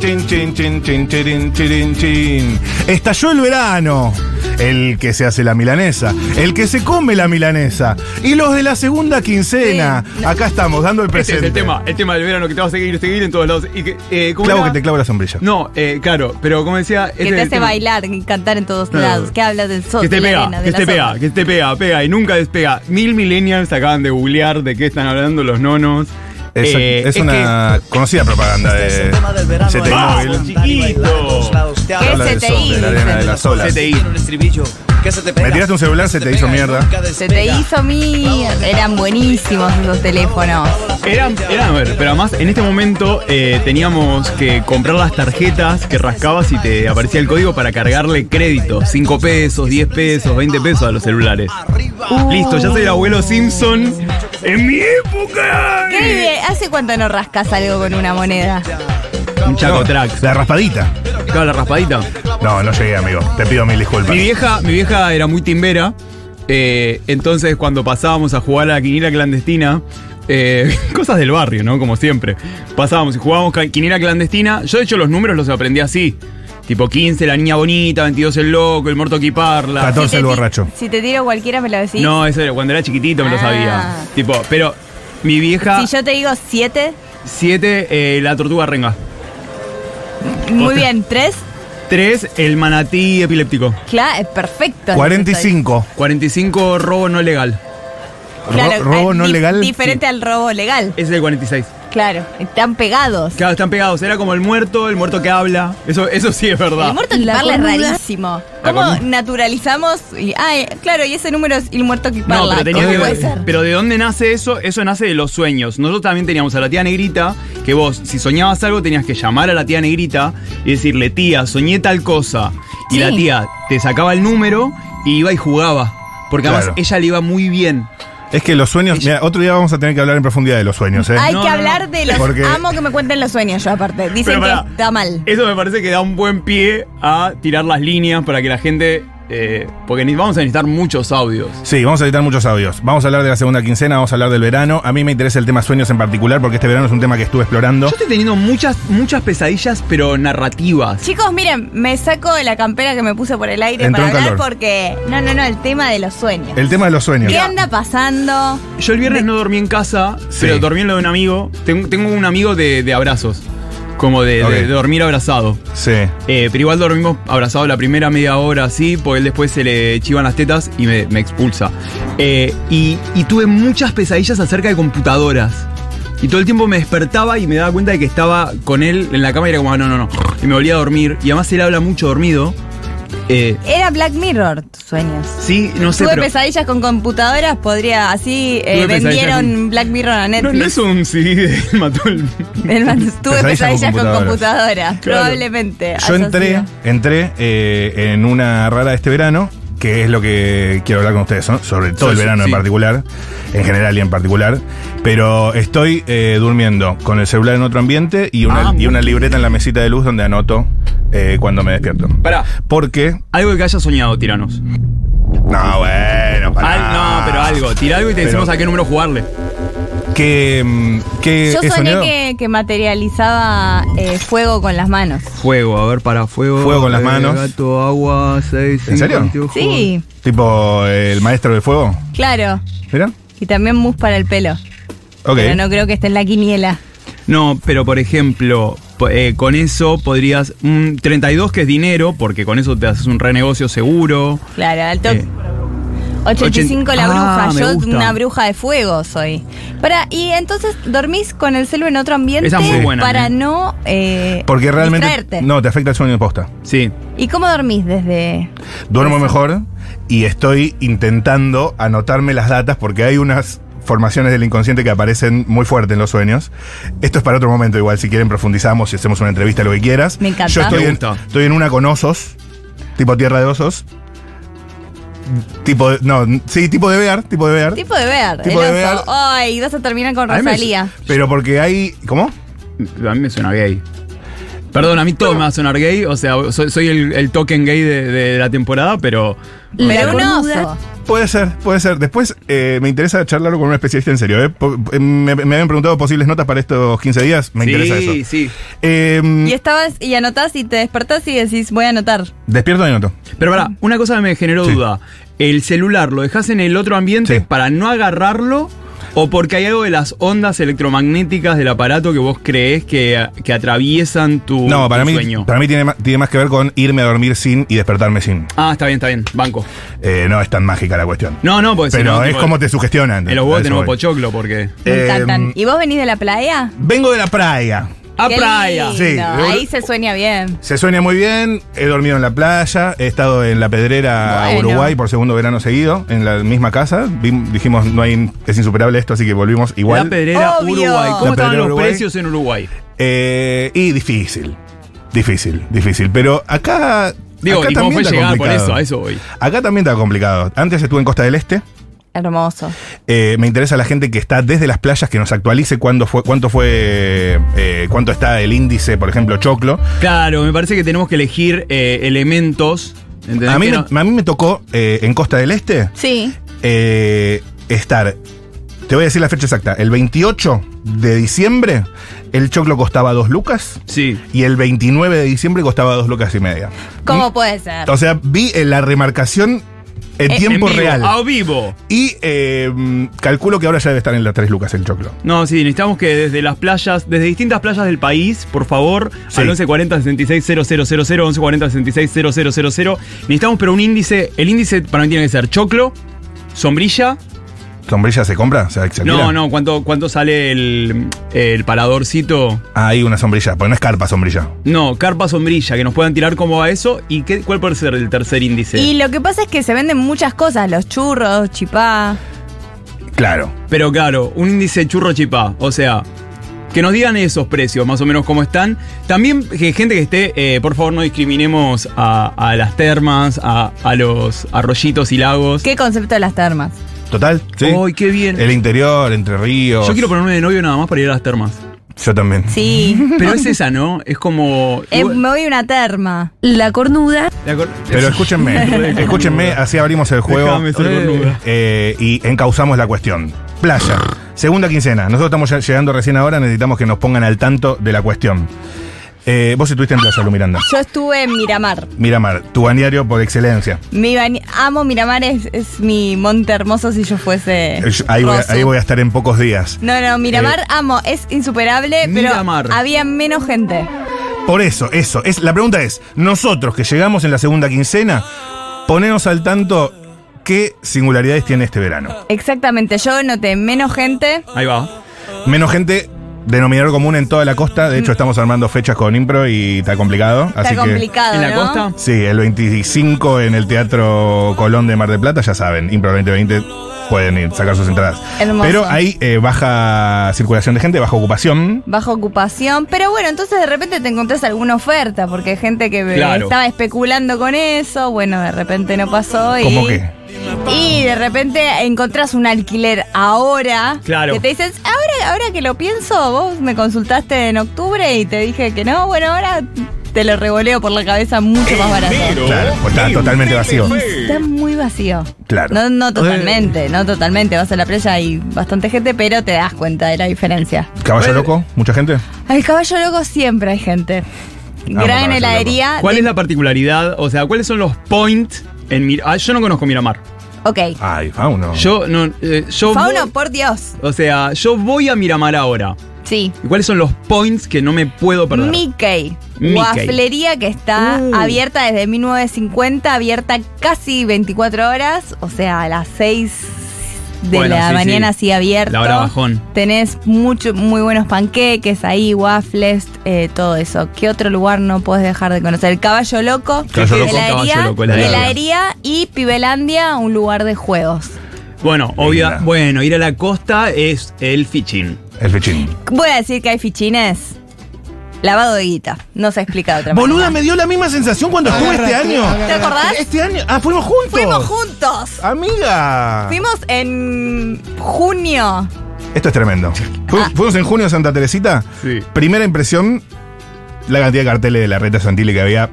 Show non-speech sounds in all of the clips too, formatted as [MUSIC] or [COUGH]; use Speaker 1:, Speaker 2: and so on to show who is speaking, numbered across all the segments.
Speaker 1: chin, chin, chirin, chirin, chin. Estalló el verano. El que se hace la milanesa. El que se come la milanesa. Y los de la segunda quincena.
Speaker 2: Sí, no.
Speaker 1: Acá estamos, dando el
Speaker 3: Ese
Speaker 1: presente.
Speaker 3: es el tema, el tema del verano que te va a seguir, seguir en todos lados. Y que, eh, ¿cómo
Speaker 1: Clavo
Speaker 3: era?
Speaker 1: que te clavo la sombrilla.
Speaker 3: No, eh, claro, pero como decía.
Speaker 2: Que te hace bailar y cantar en todos
Speaker 3: Claro.
Speaker 2: lados. Que hablas del sol,
Speaker 3: Que te
Speaker 2: de la
Speaker 3: pega,
Speaker 2: arena, de
Speaker 3: que
Speaker 2: las
Speaker 3: te pega,
Speaker 2: olas.
Speaker 3: que te pega, pega y nunca despega. Mil millennials acaban de googlear de qué están hablando los nonos.
Speaker 1: Es,
Speaker 3: Eh,
Speaker 1: es una conocida propaganda
Speaker 4: Este,
Speaker 1: de CTI
Speaker 3: Vamos,
Speaker 1: Móvil.
Speaker 2: ¿Qué
Speaker 1: Habla del
Speaker 2: CTI?
Speaker 1: sol, de la arena de las olas.
Speaker 3: CTI.
Speaker 1: Me tiraste un celular, se te hizo mierda.
Speaker 2: Se te hizo mía. Eran buenísimos esos teléfonos.
Speaker 3: que eran, eran, a ver, pero además en este momento eh, teníamos que comprar las tarjetas que rascabas y te aparecía el código para cargarle créditos, 5 pesos, 10 pesos, 20 pesos a los celulares. Listo, ya soy el abuelo Simpson. En mi época.
Speaker 2: ¿Qué? ¿Hace cuánto no rascas algo con una moneda?
Speaker 3: Un chaco
Speaker 1: No,
Speaker 3: track.
Speaker 1: La raspadita.
Speaker 3: Claro, la raspadita.
Speaker 1: No, no llegué, amigo. Te pido mil disculpas.
Speaker 3: Mi vieja, mi vieja era muy timbera. eh, entonces, cuando pasábamos a jugar a la quiniela clandestina, eh, [LAUGHS] cosas del barrio, ¿no? Como siempre. Pasábamos y jugábamos ca- quiniela clandestina. Yo, de hecho, los números los aprendí así: tipo 15, la niña bonita, 22, el loco, el muerto equiparla.
Speaker 1: 14
Speaker 2: Si te
Speaker 1: el
Speaker 2: ti-
Speaker 1: borracho.
Speaker 2: Si te tiro cualquiera, me lo decís.
Speaker 3: No, eso era cuando era chiquitito me lo
Speaker 2: Ah.
Speaker 3: sabía. Tipo, pero mi vieja,
Speaker 2: Si yo te digo siete,
Speaker 3: 7, la tortuga renga.
Speaker 2: muy bien. Tres,
Speaker 3: 3, el manatí epiléptico.
Speaker 2: claro, es perfecto.
Speaker 1: 45.
Speaker 3: 45, robo no legal.
Speaker 2: Entonces, claro,
Speaker 1: Ro- robo
Speaker 2: ah,
Speaker 1: no
Speaker 2: di-
Speaker 1: legal.
Speaker 2: Diferente al robo legal.
Speaker 3: Ese es el 46.
Speaker 2: Claro, están pegados.
Speaker 3: Claro, están pegados. Era como el muerto, el muerto que habla. Eso, eso sí es verdad.
Speaker 2: El muerto que
Speaker 5: La
Speaker 2: parla es
Speaker 5: cornuda.
Speaker 2: rarísimo.
Speaker 3: La
Speaker 2: ¿Cómo
Speaker 3: cornuda.
Speaker 2: naturalizamos? Y, ay, claro, y ese número es el muerto que parla.
Speaker 3: no, pero tenía
Speaker 2: ¿Cómo
Speaker 3: que
Speaker 2: puede
Speaker 3: ver.
Speaker 2: ser?
Speaker 3: Pero ¿de dónde nace eso? Eso nace de los sueños. Nosotros también teníamos a la tía negrita, que vos, si soñabas algo, tenías que llamar a la tía negrita y decirle, tía, soñé tal cosa. Y
Speaker 2: Sí.
Speaker 3: la tía te sacaba el número y iba y jugaba. Porque además
Speaker 1: Claro.
Speaker 3: ella le iba muy bien.
Speaker 1: Es que los sueños. Mira, otro día vamos a tener que hablar en profundidad de los sueños, ¿eh?
Speaker 2: Hay
Speaker 3: No,
Speaker 2: que
Speaker 3: no,
Speaker 2: hablar
Speaker 3: no.
Speaker 2: de los.
Speaker 1: Porque-
Speaker 2: Amo que me cuenten los sueños, yo aparte. Dicen
Speaker 3: Pero pará,
Speaker 2: que está mal.
Speaker 3: Eso me parece que da un buen pie a tirar las líneas para que la gente. eh, porque ni- vamos a necesitar muchos audios.
Speaker 1: Sí, vamos a editar muchos audios. Vamos a hablar de la segunda quincena, vamos a hablar del verano. A mí me interesa el tema sueños en particular porque este verano es un tema que estuve explorando.
Speaker 3: Yo estoy teniendo muchas, muchas pesadillas, pero narrativas.
Speaker 2: Chicos, miren, me saco de la campera que me puse por el aire
Speaker 1: Entró
Speaker 2: para
Speaker 1: en
Speaker 2: hablar
Speaker 1: calor.
Speaker 2: porque. No, no, no, el tema de los sueños.
Speaker 1: El tema de los sueños.
Speaker 2: ¿Qué anda pasando?
Speaker 3: Yo el viernes no dormí en casa,
Speaker 1: Sí.
Speaker 3: pero dormí en lo de un amigo. Tengo, tengo un amigo de, de abrazos, como de, de-
Speaker 1: Ok.
Speaker 3: de dormir abrazado.
Speaker 2: Ah,
Speaker 1: Sí.
Speaker 3: Eh, pero igual dormimos abrazado la primera media hora así, porque él después se le chivan las tetas y me, me expulsa. Eh, y, y tuve muchas pesadillas acerca de computadoras. Y todo el tiempo me despertaba y me daba cuenta de que estaba con él en la cama y era como, "Ah, no, no, no. Y me volvía a dormir. Y además él habla mucho dormido. Eh,
Speaker 2: Era Black Mirror, tus sueños.
Speaker 3: sí, no sé.
Speaker 2: Tuve
Speaker 3: pero-
Speaker 2: pesadillas con computadoras, podría. Así eh,
Speaker 3: Tuve pesadillas
Speaker 2: vendieron
Speaker 3: con-
Speaker 2: Black Mirror a
Speaker 3: no,
Speaker 2: Netflix. [LAUGHS]
Speaker 3: no es un CD de [LAUGHS] Mató el-
Speaker 2: Hermano, tuve
Speaker 1: Pesadillas
Speaker 2: pesadillas
Speaker 1: con
Speaker 2: con computadoras, probablemente.
Speaker 1: Yo entré,
Speaker 2: Asocio.
Speaker 1: entré eh, en una rara este verano, que es lo que quiero hablar con ustedes, ¿no? sobre todo
Speaker 3: Sí,
Speaker 1: el
Speaker 3: sí,
Speaker 1: verano
Speaker 3: sí.
Speaker 1: en particular, en general y en particular. Pero estoy eh, durmiendo con el celular en otro ambiente y una,
Speaker 3: Ah,
Speaker 1: y
Speaker 3: muy
Speaker 1: una libreta en la mesita de luz donde anoto eh, cuando me despierto.
Speaker 3: Pará.
Speaker 1: Porque.
Speaker 3: Algo que haya soñado, tiranos.
Speaker 1: No, bueno, para.
Speaker 3: Al- no, pero algo. Tira algo y te
Speaker 1: Pero-
Speaker 3: decimos a qué número jugarle.
Speaker 1: Que. mm, que
Speaker 2: Yo
Speaker 1: he
Speaker 2: soñé
Speaker 1: soñado-
Speaker 2: que, que materializaba eh, fuego con las manos.
Speaker 3: Fuego, a ver, para fuego. Eh,
Speaker 1: Fuego con las manos.
Speaker 3: Gato, agua, 6,
Speaker 1: ¿En serio?
Speaker 2: Sí,
Speaker 1: Tipo eh, el maestro del fuego.
Speaker 2: claro.
Speaker 1: ¿Mira?
Speaker 2: Y también mousse para el pelo.
Speaker 1: Ok.
Speaker 2: Pero no creo que esté en la quiniela.
Speaker 3: No, pero por ejemplo, po- eh, con eso podrías. mm, 32 que es dinero, porque con eso te haces un renegocio seguro.
Speaker 2: Claro, al toque.
Speaker 3: Eh,
Speaker 2: 85 la
Speaker 3: Ah,
Speaker 2: bruja,
Speaker 3: me
Speaker 2: yo
Speaker 3: gusta.
Speaker 2: una bruja de fuego soy. Para, y entonces dormís con el celu en otro ambiente
Speaker 3: Esa es muy buena,
Speaker 2: para
Speaker 3: ¿eh?
Speaker 2: no eh,
Speaker 1: Porque realmente.
Speaker 2: distraerte.
Speaker 1: No, te afecta el sueño de posta.
Speaker 3: sí.
Speaker 2: ¿Y cómo dormís desde
Speaker 1: Duermo mejor y estoy intentando anotarme las datas porque hay unas formaciones del inconsciente que aparecen muy fuerte en los sueños. Esto es para otro momento, igual si quieren profundizamos y hacemos una entrevista, lo que quieras.
Speaker 2: Me encanta.
Speaker 1: Yo estoy,
Speaker 3: Me
Speaker 1: en,
Speaker 3: gusta.
Speaker 1: estoy en una con osos, tipo tierra de osos. Tipo, de- no, sí, tipo de bear, tipo de bear.
Speaker 2: Tipo de ver,
Speaker 1: Tipo
Speaker 2: el
Speaker 1: de
Speaker 2: oso.
Speaker 1: ver.
Speaker 2: Ay, vas a terminar con
Speaker 3: A mí me-
Speaker 2: Rosalía.
Speaker 1: Pero porque hay, ¿cómo?
Speaker 3: A mí me suena gay. Perdón, a mí todo me va a sonar gay. O sea, soy, soy el, el token gay de, de la temporada, pero.
Speaker 2: Pero
Speaker 5: La
Speaker 2: un
Speaker 5: cornuda
Speaker 2: oso.
Speaker 1: Puede ser, puede ser. Después eh, me interesa charlarlo con un especialista en serio. ¿eh? Po- eh, Me, me habían preguntado posibles notas para estos 15 días. Me interesa
Speaker 3: sí,
Speaker 1: eso.
Speaker 3: sí.
Speaker 1: Eh,
Speaker 2: Y estabas y anotás y te despertás y decís, voy a anotar.
Speaker 1: Despierto y noto.
Speaker 3: Pero pará,
Speaker 2: Mm.
Speaker 3: una cosa me generó
Speaker 1: Sí.
Speaker 3: duda. ¿El celular lo dejas en el otro ambiente
Speaker 1: Sí.
Speaker 3: para no agarrarlo? ¿O porque hay algo de las ondas electromagnéticas del aparato que vos crees que, que atraviesan tu,
Speaker 1: No,
Speaker 3: tu
Speaker 1: para mí,
Speaker 3: sueño?
Speaker 1: para mí tiene, ma- tiene más que ver con irme a dormir sin y despertarme sin.
Speaker 3: Ah, está bien, está bien. Banco.
Speaker 1: Eh, no es tan mágica la cuestión.
Speaker 3: No, no, pues.
Speaker 1: Pero es como te sugestionan.
Speaker 3: En los
Speaker 1: A
Speaker 3: huevos
Speaker 1: eso
Speaker 3: tenemos
Speaker 1: voy.
Speaker 3: pochoclo porque.
Speaker 2: Me
Speaker 1: Eh,
Speaker 2: encantan. ¿Y vos venís de la playa?
Speaker 1: Vengo de la playa.
Speaker 3: ¡A
Speaker 2: Qué
Speaker 3: ¡Ah, playa!
Speaker 2: lindo.
Speaker 1: Sí, de-
Speaker 2: Ahí se sueña bien.
Speaker 1: Se sueña muy bien, he dormido en la playa, he estado en la pedrera a
Speaker 2: Bueno.
Speaker 1: Uruguay por segundo verano seguido, en la misma casa. Vim- dijimos, no hay, es insuperable esto, así que volvimos igual.
Speaker 3: La pedrera
Speaker 2: Obvio.
Speaker 3: Uruguay. ¿Cómo
Speaker 1: La
Speaker 3: estaban
Speaker 1: pedrera
Speaker 3: los
Speaker 1: Uruguay.
Speaker 3: precios en Uruguay?
Speaker 1: Eh, y difícil, difícil, difícil. Pero acá.
Speaker 3: Digo,
Speaker 1: acá
Speaker 3: ¿y cómo
Speaker 1: también
Speaker 3: fue
Speaker 1: está
Speaker 3: llegar por
Speaker 1: complicado.
Speaker 3: eso? A eso voy.
Speaker 1: Acá también está complicado. Antes estuve en Costa del Este.
Speaker 2: Hermoso.
Speaker 1: Eh, me interesa la gente que está desde las playas que nos actualice cuándo fue, cuánto fue, eh, cuánto está el índice, por ejemplo, choclo.
Speaker 3: Claro, me parece que tenemos que elegir eh, elementos. ¿entendés?
Speaker 1: A mí,
Speaker 3: Que
Speaker 1: me,
Speaker 3: no-
Speaker 1: a mí me tocó eh, en Costa del Este
Speaker 2: Sí.
Speaker 1: eh, estar. Te voy a decir la fecha exacta. El 28 de diciembre el choclo costaba dos lucas
Speaker 3: Sí.
Speaker 1: y el 29 de diciembre costaba dos lucas y media. Mm.
Speaker 2: ¿Cómo puede ser?
Speaker 1: O sea, vi en la remarcación en
Speaker 2: Eh,
Speaker 1: tiempo
Speaker 3: En vivo, Ah,
Speaker 1: real.
Speaker 3: A vivo.
Speaker 1: Y eh, mm, calculo que ahora ya debe estar en las tres lucas el choclo.
Speaker 3: No, sí, necesitamos que desde las playas, desde distintas playas del país, por favor,
Speaker 1: Sí.
Speaker 3: al 1140 66 000, 1140 66 000, necesitamos pero un índice, el índice para mí tiene que ser choclo, sombrilla,
Speaker 1: ¿Sombrilla se compra? ¿Se se alquila?
Speaker 3: no, no, ¿cuánto, cuánto sale el, el paradorcito?
Speaker 1: Ah, Hay una sombrilla, porque no es carpa sombrilla.
Speaker 3: No, carpa sombrilla, que nos puedan tirar cómo va eso y qué, cuál puede ser el tercer índice.
Speaker 2: Y lo que pasa es que se venden muchas cosas, los churros, chipá.
Speaker 1: Claro.
Speaker 3: Pero claro, un índice churro chipá. O sea, que nos digan esos precios, más o menos cómo están. También que gente que esté, eh, por favor, no discriminemos a, a las termas, a, a los arroyitos y lagos.
Speaker 2: ¿Qué concepto de las termas?
Speaker 1: ¿Total? Sí.
Speaker 3: ¡Ay, qué bien!
Speaker 1: El interior, entre ríos.
Speaker 3: Yo quiero ponerme de novio nada más para ir a las termas.
Speaker 1: Yo también.
Speaker 2: Sí.
Speaker 3: Pero es esa, ¿no? Es como.
Speaker 2: Eh, me voy a una terma. La cornuda.
Speaker 3: La cor-
Speaker 1: Pero
Speaker 3: [LAUGHS]
Speaker 1: escúchenme, escúchenme, así abrimos el juego
Speaker 3: Déjame ser cornuda.
Speaker 1: eh, y encauzamos la cuestión. Playa, segunda quincena. Nosotros estamos ya- llegando recién ahora, necesitamos que nos pongan al tanto de la cuestión. Eh, vos estuviste en playa, Lu Miranda.
Speaker 2: Yo estuve en Miramar.
Speaker 1: Miramar, tu bañario por
Speaker 2: [LAUGHS]
Speaker 1: excelencia.
Speaker 2: Mi bañi- amo Miramar, es, es mi monte hermoso si yo fuese.
Speaker 1: Eh, yo- Ahí voy, a-
Speaker 2: Rosu.
Speaker 1: ahí voy a estar en pocos días.
Speaker 2: No, no, Miramar
Speaker 1: Eh,
Speaker 2: amo, es insuperable,
Speaker 3: Miramar.
Speaker 2: pero había menos gente.
Speaker 1: Por eso, eso. Es, la pregunta es, nosotros que llegamos en la segunda quincena, ponenos al tanto qué singularidades tiene este verano.
Speaker 2: Exactamente, yo noté menos gente.
Speaker 3: Ahí va.
Speaker 1: Menos gente, denominador común en toda la costa. De hecho, estamos armando fechas con impro y está complicado.
Speaker 2: Mm. Está
Speaker 1: así que.
Speaker 2: complicado.
Speaker 3: ¿En la
Speaker 2: ¿no?
Speaker 3: costa?
Speaker 1: Sí, el 25 en el Teatro Colón de Mar del Plata, ya saben, Impro 2020 pueden ir, sacar sus entradas.
Speaker 2: Hermoso.
Speaker 1: Pero hay eh, baja circulación de gente, baja ocupación.
Speaker 2: Bajo ocupación. Pero bueno, entonces de repente te encontrás alguna oferta, porque hay gente que eh,
Speaker 3: Claro.
Speaker 2: estaba especulando con eso. Bueno, de repente no pasó. Y,
Speaker 1: ¿Cómo qué?
Speaker 2: Y de repente encontrás un alquiler ahora.
Speaker 3: Claro.
Speaker 2: Que te dices, ahora, ahora que lo pienso, vos me consultaste en octubre y te dije que no. Bueno, ahora te lo revoleo por la cabeza mucho más barato.
Speaker 1: Claro, pues está totalmente vacío.
Speaker 2: Está muy vacío.
Speaker 1: Claro.
Speaker 2: No, no totalmente, no totalmente. Vas a la playa y bastante gente, pero te das cuenta de la diferencia.
Speaker 1: Caballo loco, mucha gente.
Speaker 2: Al caballo loco siempre hay gente. Gran
Speaker 1: Caballo
Speaker 2: heladería.
Speaker 3: ¿Cuál
Speaker 2: de-
Speaker 3: es la particularidad? O sea, ¿cuáles son los points en Miramar? yo no conozco Miramar.
Speaker 2: Ok.
Speaker 1: Ay, fauno.
Speaker 3: Yo no. eh, yo
Speaker 2: Fauno,
Speaker 3: voy-
Speaker 2: por Dios.
Speaker 3: O sea, yo voy a Miramar ahora.
Speaker 2: Sí.
Speaker 3: ¿Y cuáles son los points que no me puedo perder?
Speaker 2: Mickey.
Speaker 3: Mickey.
Speaker 2: Waflería que está
Speaker 3: Uh.
Speaker 2: abierta desde 1950, abierta casi 24 horas, o sea, a las 6 de
Speaker 3: Bueno,
Speaker 2: la
Speaker 3: sí,
Speaker 2: mañana
Speaker 3: sí.
Speaker 2: sí abierto.
Speaker 3: La hora bajón.
Speaker 2: Tenés mucho, muy buenos panqueques ahí, waffles, eh, todo eso. ¿Qué otro lugar no puedes dejar de conocer? El Caballo Loco,
Speaker 1: Caballo Loco.
Speaker 2: heladería,
Speaker 3: Caballo Loco, heladería.
Speaker 2: heladería y Pibelandia, un lugar de juegos.
Speaker 3: Bueno, obvia,
Speaker 1: Mira.
Speaker 3: bueno, ir a la costa es el fishing.
Speaker 1: El fechín.
Speaker 2: Voy a decir que hay fichines. Lavado de guita. No se explica de otra
Speaker 1: Boluda,
Speaker 2: manera.
Speaker 1: me dio la misma sensación cuando estuve este año.
Speaker 2: ¿Te acordás?
Speaker 1: Este año. Ah, fuimos juntos.
Speaker 2: Fuimos juntos.
Speaker 1: Ah. Amiga.
Speaker 2: Fuimos en junio.
Speaker 1: Esto es tremendo. Fu-
Speaker 2: Ah.
Speaker 1: Fuimos en junio a Santa Teresita.
Speaker 3: Sí.
Speaker 1: Primera impresión, la cantidad de carteles de la reta Santilli que había.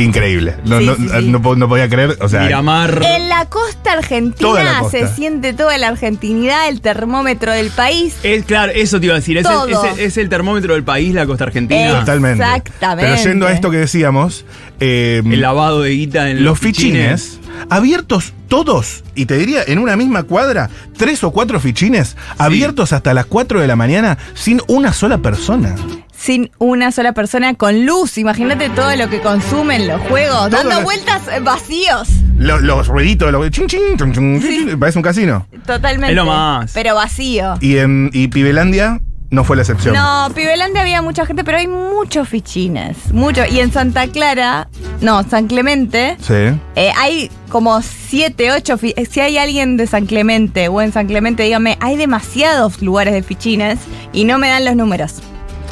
Speaker 1: increíble. No,
Speaker 2: Sí,
Speaker 1: no-
Speaker 2: sí, sí.
Speaker 1: no po- no podía creer, o sea,
Speaker 3: Miramar.
Speaker 2: En la costa
Speaker 1: Toda
Speaker 2: argentina
Speaker 1: la costa.
Speaker 2: se siente toda la argentinidad, el termómetro del país.
Speaker 3: Es, claro, eso te iba a decir. Es el,
Speaker 2: Todo.
Speaker 3: es el- es el termómetro del país, la costa argentina.
Speaker 1: totalmente.
Speaker 2: Exactamente.
Speaker 1: Pero yendo a esto que decíamos, eh,
Speaker 3: El lavado de guita en
Speaker 1: los fichines, abiertos todos, y te diría en una misma cuadra, tres o cuatro fichines, abiertos hasta las 4 de la mañana, sin una sola persona.
Speaker 2: Sin una sola persona con luz. Imagínate todo lo que consumen los juegos,
Speaker 1: Todo
Speaker 2: dando
Speaker 1: lo-
Speaker 2: vueltas eh, vacíos.
Speaker 1: Los, los ruiditos, los ching, ching, ching, ching, ching, parece un casino.
Speaker 2: Totalmente.
Speaker 3: Es lo más.
Speaker 2: Pero vacío.
Speaker 1: Y en y Pibelandia no fue la excepción.
Speaker 2: No, Pibelandia había mucha gente, pero hay muchos fichines. Mucho. Y en Santa Clara, no, San Clemente,
Speaker 1: Sí.
Speaker 2: eh, hay como siete, ocho. fi- eh, Si hay alguien de San Clemente o en San Clemente, dígame, hay demasiados lugares de fichines y no me dan los números.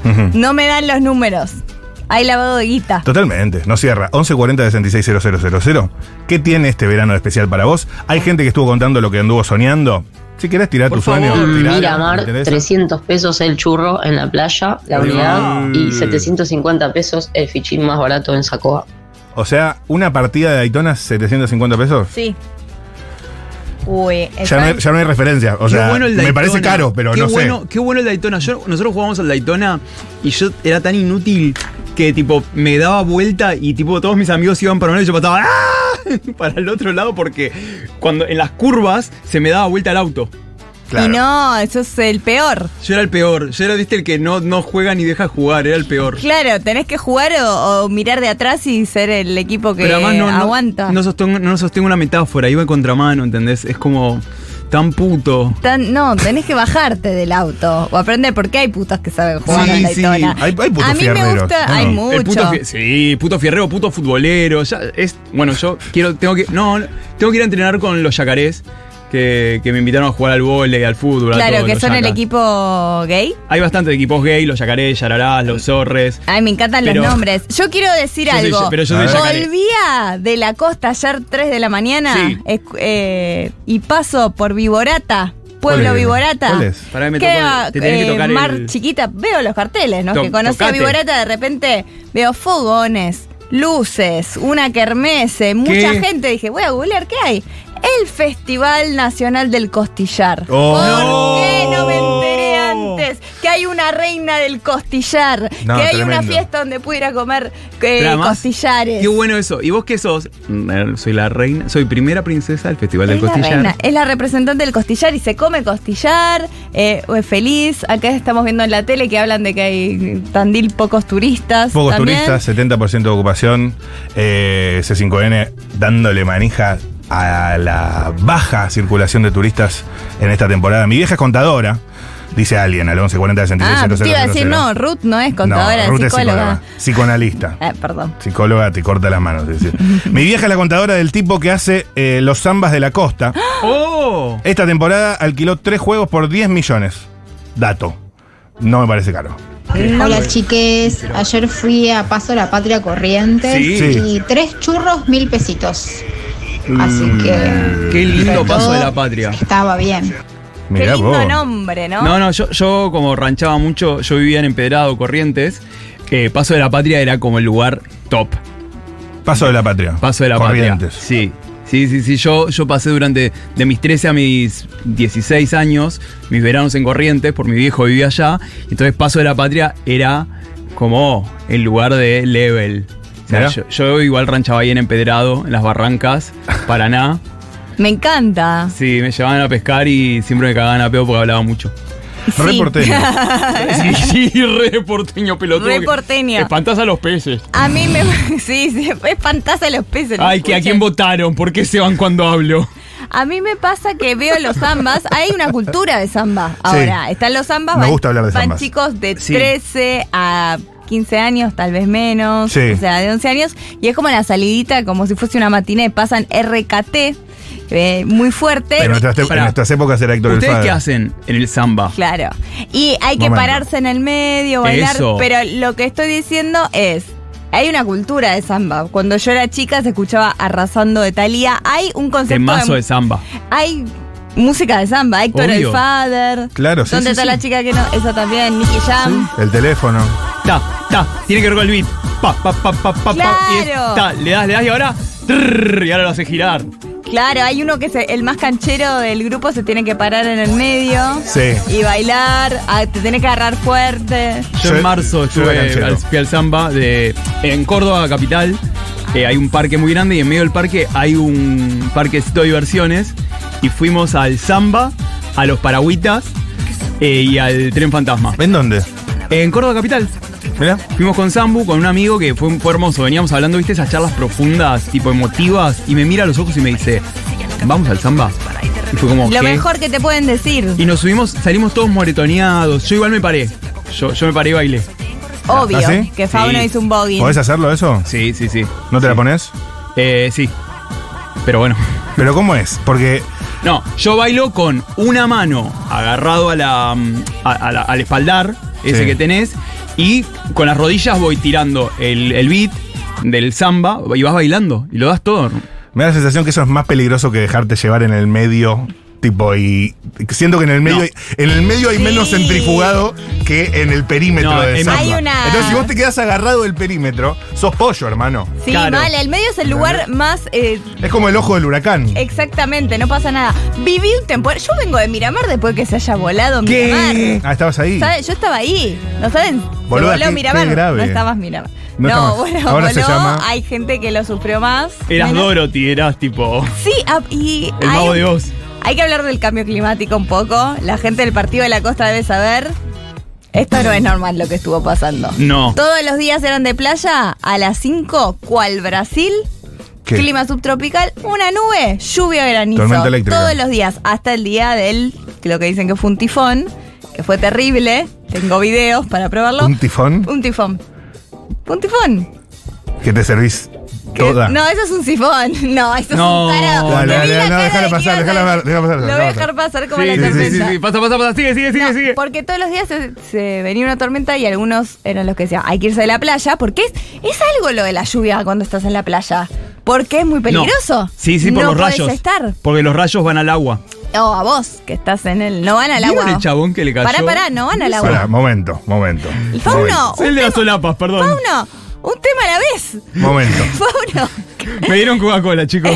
Speaker 1: Ujú.
Speaker 2: No me dan los números. Hay lavado de guita.
Speaker 1: Totalmente, no cierra. 1140 660000. ¿Qué tiene este verano de especial para vos? Hay gente que estuvo contando lo que anduvo soñando. Si querés tirar
Speaker 3: Por
Speaker 1: tu
Speaker 3: favor.
Speaker 1: sueño,
Speaker 5: Mm,
Speaker 1: tiralo, ¿te
Speaker 5: Miramar,
Speaker 1: interesa?
Speaker 5: 300 pesos el churro en la playa, la
Speaker 1: Ahí
Speaker 5: unidad,
Speaker 1: va. Mm.
Speaker 5: y 750 pesos el fichín más barato en Sacoa.
Speaker 1: O sea, una partida de Daytona 750 pesos.
Speaker 2: Sí. Uy,
Speaker 1: Ya no, hay,
Speaker 2: están-
Speaker 1: ya no hay referencia. O
Speaker 3: Qué
Speaker 1: sea,
Speaker 3: bueno el
Speaker 1: me
Speaker 3: Daytona.
Speaker 1: parece caro, pero
Speaker 3: Qué
Speaker 1: no
Speaker 3: bueno,
Speaker 1: sé.
Speaker 3: Qué bueno el Daytona. Yo- nosotros jugábamos al Daytona y yo era tan inútil que tipo me daba vuelta y tipo todos mis amigos iban para un lado y yo pasaba "¡Ah!" [LAUGHS] para el otro lado porque cuando en las curvas se me daba vuelta el auto.
Speaker 1: Claro.
Speaker 2: Y no, eso es el peor.
Speaker 3: Yo era el peor. Yo era, viste, el que no, no juega ni deja jugar. Era el peor.
Speaker 2: Claro, tenés que jugar o, o mirar de atrás y ser el equipo que
Speaker 3: Pero además no, no-
Speaker 2: aguanta.
Speaker 3: No, sostengo, no sostengo una metáfora. Iba en contramano, ¿entendés? Es como tan puto.
Speaker 2: Tan- no, tenés que bajarte del auto o aprender porque hay putas que saben jugar
Speaker 3: Sí,
Speaker 2: a la
Speaker 3: sí.
Speaker 2: Daytona.
Speaker 1: Hay- hay putos
Speaker 2: a mí me
Speaker 1: fierreros,
Speaker 2: gusta,
Speaker 1: ¿no?
Speaker 2: hay
Speaker 1: El
Speaker 2: mucho.
Speaker 3: El puto fie- sí, puto fierrero, puto futbolero. Ya es, bueno, yo quiero, tengo que. No, no, tengo que ir a entrenar con los yacarés que, que me invitaron a jugar al vóley, al fútbol. a
Speaker 2: claro,
Speaker 3: todo,
Speaker 2: que
Speaker 3: los
Speaker 2: son el
Speaker 3: yacas.
Speaker 2: equipo gay.
Speaker 3: Hay bastante de equipos gay, los yacarés, yararás, los zorres.
Speaker 2: Ay, me encantan
Speaker 3: Pero-
Speaker 2: los nombres. Yo quiero decir
Speaker 3: Yo soy-
Speaker 2: algo.
Speaker 3: pero yo
Speaker 1: soy
Speaker 3: yacaré.
Speaker 2: Volvía de la costa ayer 3 de la mañana
Speaker 3: Sí.
Speaker 2: escu- eh, y paso por Viborata, Pueblo
Speaker 1: ¿Cuál es?
Speaker 2: Viborata.
Speaker 1: ¿Cuál es?
Speaker 3: Pará, me
Speaker 2: Queda,
Speaker 3: tocó- te tenés que
Speaker 2: eh,
Speaker 3: tocar
Speaker 2: Mar
Speaker 3: el-
Speaker 2: Chiquita, veo los carteles, ¿no?
Speaker 3: To-
Speaker 2: que conocí a
Speaker 3: tocate.
Speaker 2: Viborata, de repente veo fogones, luces, una kermese, mucha
Speaker 3: ¿Qué?
Speaker 2: gente. Dije, voy a googlear, ¿qué hay? El Festival Nacional del Costillar.
Speaker 1: Oh.
Speaker 2: ¿Por qué no me
Speaker 1: No.
Speaker 2: enteré antes? Que hay una reina del costillar,
Speaker 1: No,
Speaker 2: que hay una
Speaker 1: tremendo.
Speaker 2: fiesta donde pudiera comer eh,
Speaker 3: Pero además,
Speaker 2: costillares.
Speaker 3: Qué bueno eso. ¿Y vos qué sos? Mm, Soy la reina, soy primera princesa del Festival del
Speaker 2: Es la,
Speaker 3: Costillar.
Speaker 2: reina, es la representante del costillar y se come costillar, eh, es feliz. Acá estamos viendo en la tele que hablan de que hay Tandil pocos turistas.
Speaker 1: Pocos
Speaker 2: también.
Speaker 1: turistas, 70% de ocupación. eh, C5N dándole manija a la baja circulación de turistas en esta temporada. Mi vieja es contadora, dice alguien al 1140
Speaker 2: Ah, te iba a decir, no, Ruth no es contadora,
Speaker 1: Ruth
Speaker 2: es
Speaker 1: es
Speaker 2: psicóloga. [LAUGHS]
Speaker 1: Psicoanalista.
Speaker 2: Ah, perdón.
Speaker 1: Psicóloga te corta las manos. es decir. Mi vieja es la contadora del tipo que hace eh, los zambas de la costa.
Speaker 3: ¡Oh!
Speaker 1: Esta temporada alquiló tres juegos por 10 millones. Dato. No me parece caro.
Speaker 6: Hola chiques, ayer fui a Paso de la Patria Corrientes
Speaker 3: Sí.
Speaker 1: Sí.
Speaker 6: y tres churros, mil pesitos. Así que
Speaker 3: Qué lindo
Speaker 6: Pero
Speaker 3: paso
Speaker 6: todo
Speaker 3: de la patria.
Speaker 6: estaba bien.
Speaker 1: Mirá
Speaker 2: Qué lindo
Speaker 1: vos.
Speaker 2: nombre, ¿no?
Speaker 3: No, no, yo, yo como ranchaba mucho, yo vivía en Empedrado, Corrientes. eh, Paso de la Patria era como el lugar top.
Speaker 1: Paso de la patria.
Speaker 3: Paso de la
Speaker 1: Corrientes.
Speaker 3: Patria. Sí. Sí, sí, sí. Yo, yo pasé durante de mis 13 a mis 16 años, mis veranos en Corrientes, por mi viejo vivía allá. Entonces Paso de la Patria era como el lugar de level. O sea,
Speaker 1: Mirá.
Speaker 3: yo, yo igual ranchaba ahí en Empedrado, en
Speaker 1: [LAUGHS]
Speaker 3: las barrancas, Paraná.
Speaker 2: Me encanta.
Speaker 3: Sí, me llevaban a pescar y siempre me cagaban a peo porque
Speaker 2: [LAUGHS]
Speaker 3: hablaba mucho.
Speaker 2: Sí. [LAUGHS]
Speaker 1: Reporteño.
Speaker 3: Sí, sí, re porteño pelotudo.
Speaker 2: Re porteño.
Speaker 3: Espantás a los peces.
Speaker 2: A mí me. [LAUGHS] Sí, sí, es fantasma los peces.
Speaker 3: Ay, que a quién
Speaker 2: escuchen.
Speaker 3: votaron, ¿por qué se van cuando hablo?
Speaker 2: A mí me pasa que veo los zambas. Hay una cultura de zamba ahora. Están los zambas.
Speaker 1: Me
Speaker 2: van-
Speaker 1: gusta hablar de
Speaker 2: van
Speaker 1: zambas.
Speaker 2: chicos de
Speaker 3: Sí.
Speaker 2: 13 a 15 años, tal vez menos.
Speaker 1: Sí.
Speaker 2: O sea, de 11 años. Y es como la salidita, como si fuese una matiné. Pasan RKT eh, muy fuerte.
Speaker 1: En nuestras,
Speaker 3: Pará.
Speaker 1: en nuestras épocas era Héctor el
Speaker 3: ¿Ustedes
Speaker 1: Fada.
Speaker 3: qué hacen en el samba?
Speaker 2: Claro. Y hay que
Speaker 1: Momento.
Speaker 2: pararse en el medio, bailar.
Speaker 3: Eso.
Speaker 2: Pero lo que estoy diciendo es. Hay una cultura de samba. Cuando yo era chica se escuchaba Arrasando de Talía. Hay un concepto
Speaker 3: Temazo de samba.
Speaker 2: hay música de samba, Héctor
Speaker 3: Obvio.
Speaker 2: el Father.
Speaker 1: Claro, sí,
Speaker 2: ¿Dónde
Speaker 1: sí,
Speaker 2: está
Speaker 1: sí.
Speaker 2: la chica que no? Esa también, Nicky Jam.
Speaker 1: El teléfono.
Speaker 3: ta, ta. Tiene que ver con el beat. Pa, pa, pa, pa, pa, pa. Y es
Speaker 2: Claro.
Speaker 3: ta. Le das, le das y ahora. trrr, y ahora lo hace girar.
Speaker 2: Claro, hay uno que es el más canchero del grupo, se tiene que parar en el medio
Speaker 1: Sí.
Speaker 2: y bailar, a- te tenés que agarrar fuerte.
Speaker 3: Yo
Speaker 1: Yo-
Speaker 3: en marzo
Speaker 1: yo era
Speaker 3: estuve
Speaker 1: canchero.
Speaker 3: al, fui al samba de, en Córdoba, capital. Eh, hay un parque muy grande y en medio del parque hay un parquecito de diversiones. Y fuimos al samba, a los paragüitas eh, y al tren fantasma.
Speaker 1: ¿En dónde?
Speaker 3: En Córdoba, capital.
Speaker 1: Mirá.
Speaker 3: Fuimos con Sambu, con un amigo que fue, fue hermoso. Veníamos hablando, viste, esas charlas profundas, tipo emotivas. Y me mira a los ojos y me dice, ¿vamos al samba? Y fue como,
Speaker 2: Lo
Speaker 3: "¿Qué?".
Speaker 2: mejor que te pueden decir,
Speaker 3: Y nos subimos, salimos todos moretoneados. Yo igual me paré. Yo, yo me paré y bailé.
Speaker 2: obvio,
Speaker 1: ¿Ah, sí?
Speaker 2: que Fauno
Speaker 3: Sí.
Speaker 2: hizo un bogey.
Speaker 1: ¿Podés hacerlo eso?
Speaker 3: Sí, sí, sí.
Speaker 1: ¿No te la
Speaker 3: Sí.
Speaker 1: pones?
Speaker 3: Eh, sí. Pero bueno. [LAUGHS]
Speaker 1: Pero ¿cómo es? Porque
Speaker 3: No, yo bailo con una mano agarrado a la, mm, a- a la- al espaldar, ese
Speaker 1: Sí.
Speaker 3: que tenés, y con las rodillas voy tirando el, el beat del samba y vas bailando y lo das todo.
Speaker 1: me da la sensación que eso es más peligroso que dejarte llevar en el medio. Tipo, y siento que en el medio,
Speaker 3: No.
Speaker 1: hay- en el medio hay
Speaker 2: Sí.
Speaker 1: menos centrifugado que en el perímetro
Speaker 3: No,
Speaker 1: de
Speaker 3: en-
Speaker 1: samba.
Speaker 2: Hay una-
Speaker 1: Entonces, si vos te quedas agarrado del perímetro, sos pollo, hermano.
Speaker 2: Sí,
Speaker 3: Claro.
Speaker 2: vale, el medio es el lugar más... eh,
Speaker 1: Es como el ojo del huracán.
Speaker 2: Exactamente, no pasa nada. Viví un temporal. Yo vengo de Miramar después que se haya volado Miramar.
Speaker 1: Ah, estabas ahí.
Speaker 2: ¿Sabe? Yo estaba ahí, ¿no saben?
Speaker 1: Boluda,
Speaker 2: se voló
Speaker 1: qué-
Speaker 2: Miramar.
Speaker 1: qué grave.
Speaker 2: No estabas Miramar.
Speaker 1: No
Speaker 2: No,
Speaker 1: estabas.
Speaker 2: bueno,
Speaker 1: Ahora se
Speaker 2: voló.
Speaker 1: llama-
Speaker 2: Hay gente que lo sufrió más.
Speaker 3: Eras
Speaker 2: Menos-
Speaker 3: Dorothy, eras tipo
Speaker 2: Sí, ah, y.
Speaker 3: el
Speaker 2: hay-
Speaker 3: mago de Oz.
Speaker 2: Hay que hablar del cambio climático un poco. La gente del partido de la costa debe saber. Esto no es normal lo que estuvo pasando.
Speaker 3: No.
Speaker 2: Todos los días eran de playa a las 5, cual Brasil.
Speaker 1: ¿Qué?
Speaker 2: Clima subtropical, una nube, lluvia granizo.
Speaker 1: Tormenta eléctrica.
Speaker 2: Todos los días, hasta el día del, que lo que dicen que fue un tifón, que fue terrible. Tengo videos para probarlo.
Speaker 1: ¿Un tifón?
Speaker 2: Un tifón. Un tifón.
Speaker 1: Que te servís
Speaker 2: Que-
Speaker 1: toda.
Speaker 2: No, eso es un sifón. [LAUGHS] No, eso
Speaker 3: No.
Speaker 2: es un tarado.
Speaker 1: Dale,
Speaker 2: Te vi
Speaker 1: dale,
Speaker 2: la
Speaker 1: no,
Speaker 2: cara
Speaker 1: déjala
Speaker 2: de
Speaker 1: pasar,
Speaker 2: que ibas
Speaker 1: déjala
Speaker 2: a-
Speaker 1: ver, déjala pasar,
Speaker 2: Lo voy
Speaker 1: déjala
Speaker 2: a
Speaker 1: pasar.
Speaker 2: dejar pasar como
Speaker 3: Sí,
Speaker 2: la
Speaker 3: sí,
Speaker 2: tormenta.
Speaker 3: sí, sí, sí. Pasa, pasa, pasa. Sigue, sigue, sigue,
Speaker 2: No,
Speaker 3: sigue.
Speaker 2: porque todos los días se, se venía una tormenta y algunos eran los que decían, hay que irse de la playa, porque es, es algo lo de la lluvia cuando estás en la playa. Porque es muy peligroso.
Speaker 3: No. Sí, sí, por
Speaker 2: no
Speaker 3: los
Speaker 2: podés
Speaker 3: rayos.
Speaker 2: estar.
Speaker 3: Porque los rayos van al agua.
Speaker 2: O a vos, que estás en el. No van al
Speaker 3: ¿Vieron
Speaker 2: agua.
Speaker 3: el chabón que le cayó?
Speaker 2: Pará, pará, no van al agua.
Speaker 1: Pará, momento, momento.
Speaker 2: El fauno.
Speaker 3: Es el de las solapas, perdón.
Speaker 2: Fauno, un tema a la vez. [LAUGHS]
Speaker 1: Momento.
Speaker 2: Fauno.
Speaker 3: Me dieron Coca-Cola, chicos.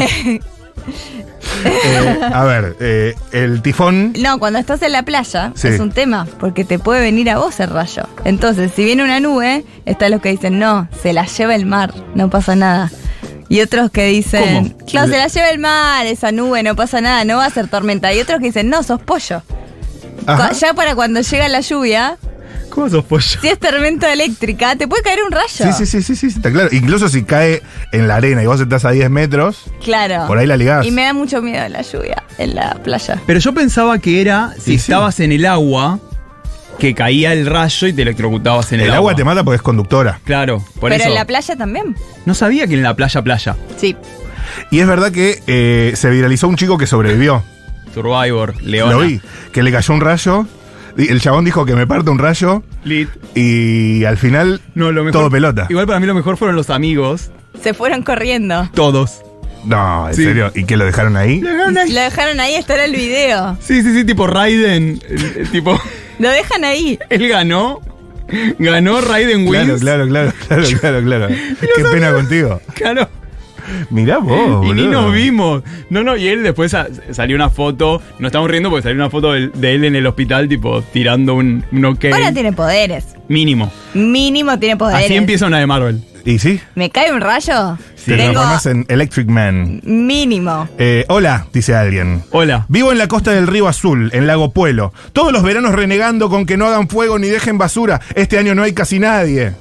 Speaker 1: Eh, a ver, eh, el tifón.
Speaker 2: No, cuando estás en la playa
Speaker 1: Sí.
Speaker 2: es un tema, porque te puede venir a vos el rayo. Entonces, si viene una nube, están los que dicen, no, se la lleva el mar, no pasa nada. Y otros que dicen,
Speaker 3: ¿Cómo?
Speaker 2: claro, se la lleva el mar, esa nube, no pasa nada, no va a ser tormenta. Y otros que dicen, no, sos pollo.
Speaker 1: Ajá.
Speaker 2: Cu- Ya para cuando llega la lluvia,
Speaker 3: ¿Cómo sos pollo?
Speaker 2: si es tormenta eléctrica, te puede caer un rayo.
Speaker 1: Sí, sí, sí, sí, sí, está claro. Incluso si cae en la arena y vos estás a 10 metros,
Speaker 2: Claro.
Speaker 1: por ahí la ligás.
Speaker 2: Y me da mucho miedo la lluvia en la playa.
Speaker 3: Pero yo pensaba que era si
Speaker 1: Y sí.
Speaker 3: estabas en el agua, que caía el rayo y te electrocutabas en
Speaker 1: el,
Speaker 3: el,
Speaker 1: agua. te mata porque es conductora.
Speaker 3: Claro, por
Speaker 2: Pero
Speaker 3: eso.
Speaker 2: en la playa también.
Speaker 3: no sabía que en la playa, playa.
Speaker 2: Sí.
Speaker 1: Y es verdad que eh, se viralizó un chico que sobrevivió.
Speaker 3: Survivor, Leona.
Speaker 1: Lo vi. Que le cayó un rayo. y El chabón dijo que me parte un rayo.
Speaker 3: Lit.
Speaker 1: Y al final,
Speaker 3: No, lo mejor.
Speaker 1: todo pelota.
Speaker 3: Igual para mí lo mejor fueron los amigos.
Speaker 2: Se fueron corriendo.
Speaker 3: Todos.
Speaker 1: No, en
Speaker 3: Sí.
Speaker 1: serio. ¿Y qué lo dejaron ahí?
Speaker 2: Lo dejaron ahí, estará el video.
Speaker 3: Sí, sí, sí, tipo Raiden. el- el tipo, [LAUGHS]
Speaker 2: Lo dejan ahí.
Speaker 3: él ganó. Ganó Raiden
Speaker 1: Claro,
Speaker 3: Wings.
Speaker 1: claro, claro,
Speaker 3: [LAUGHS]
Speaker 1: claro, claro, claro. Qué pena contigo.
Speaker 3: Claro.
Speaker 1: Mirá vos,
Speaker 3: y ni
Speaker 1: boludo.
Speaker 3: nos vimos. No, no, y él después sa- salió una foto. No estamos riendo porque salió una foto del- de, él en el hospital, tipo, tirando un, un ok.
Speaker 2: Ahora tiene poderes.
Speaker 3: Mínimo.
Speaker 2: Mínimo tiene poderes.
Speaker 3: Así empieza una de Marvel.
Speaker 1: ¿Y sí?
Speaker 2: Me cae un rayo.
Speaker 1: Te
Speaker 2: Tengo
Speaker 1: transformás en Electric Man.
Speaker 2: mínimo.
Speaker 1: Eh, hola, dice alguien.
Speaker 3: Hola.
Speaker 1: Vivo en la costa del río Azul, en Lago Puelo. Todos los veranos renegando con que no hagan fuego ni dejen basura. Este año no hay casi nadie.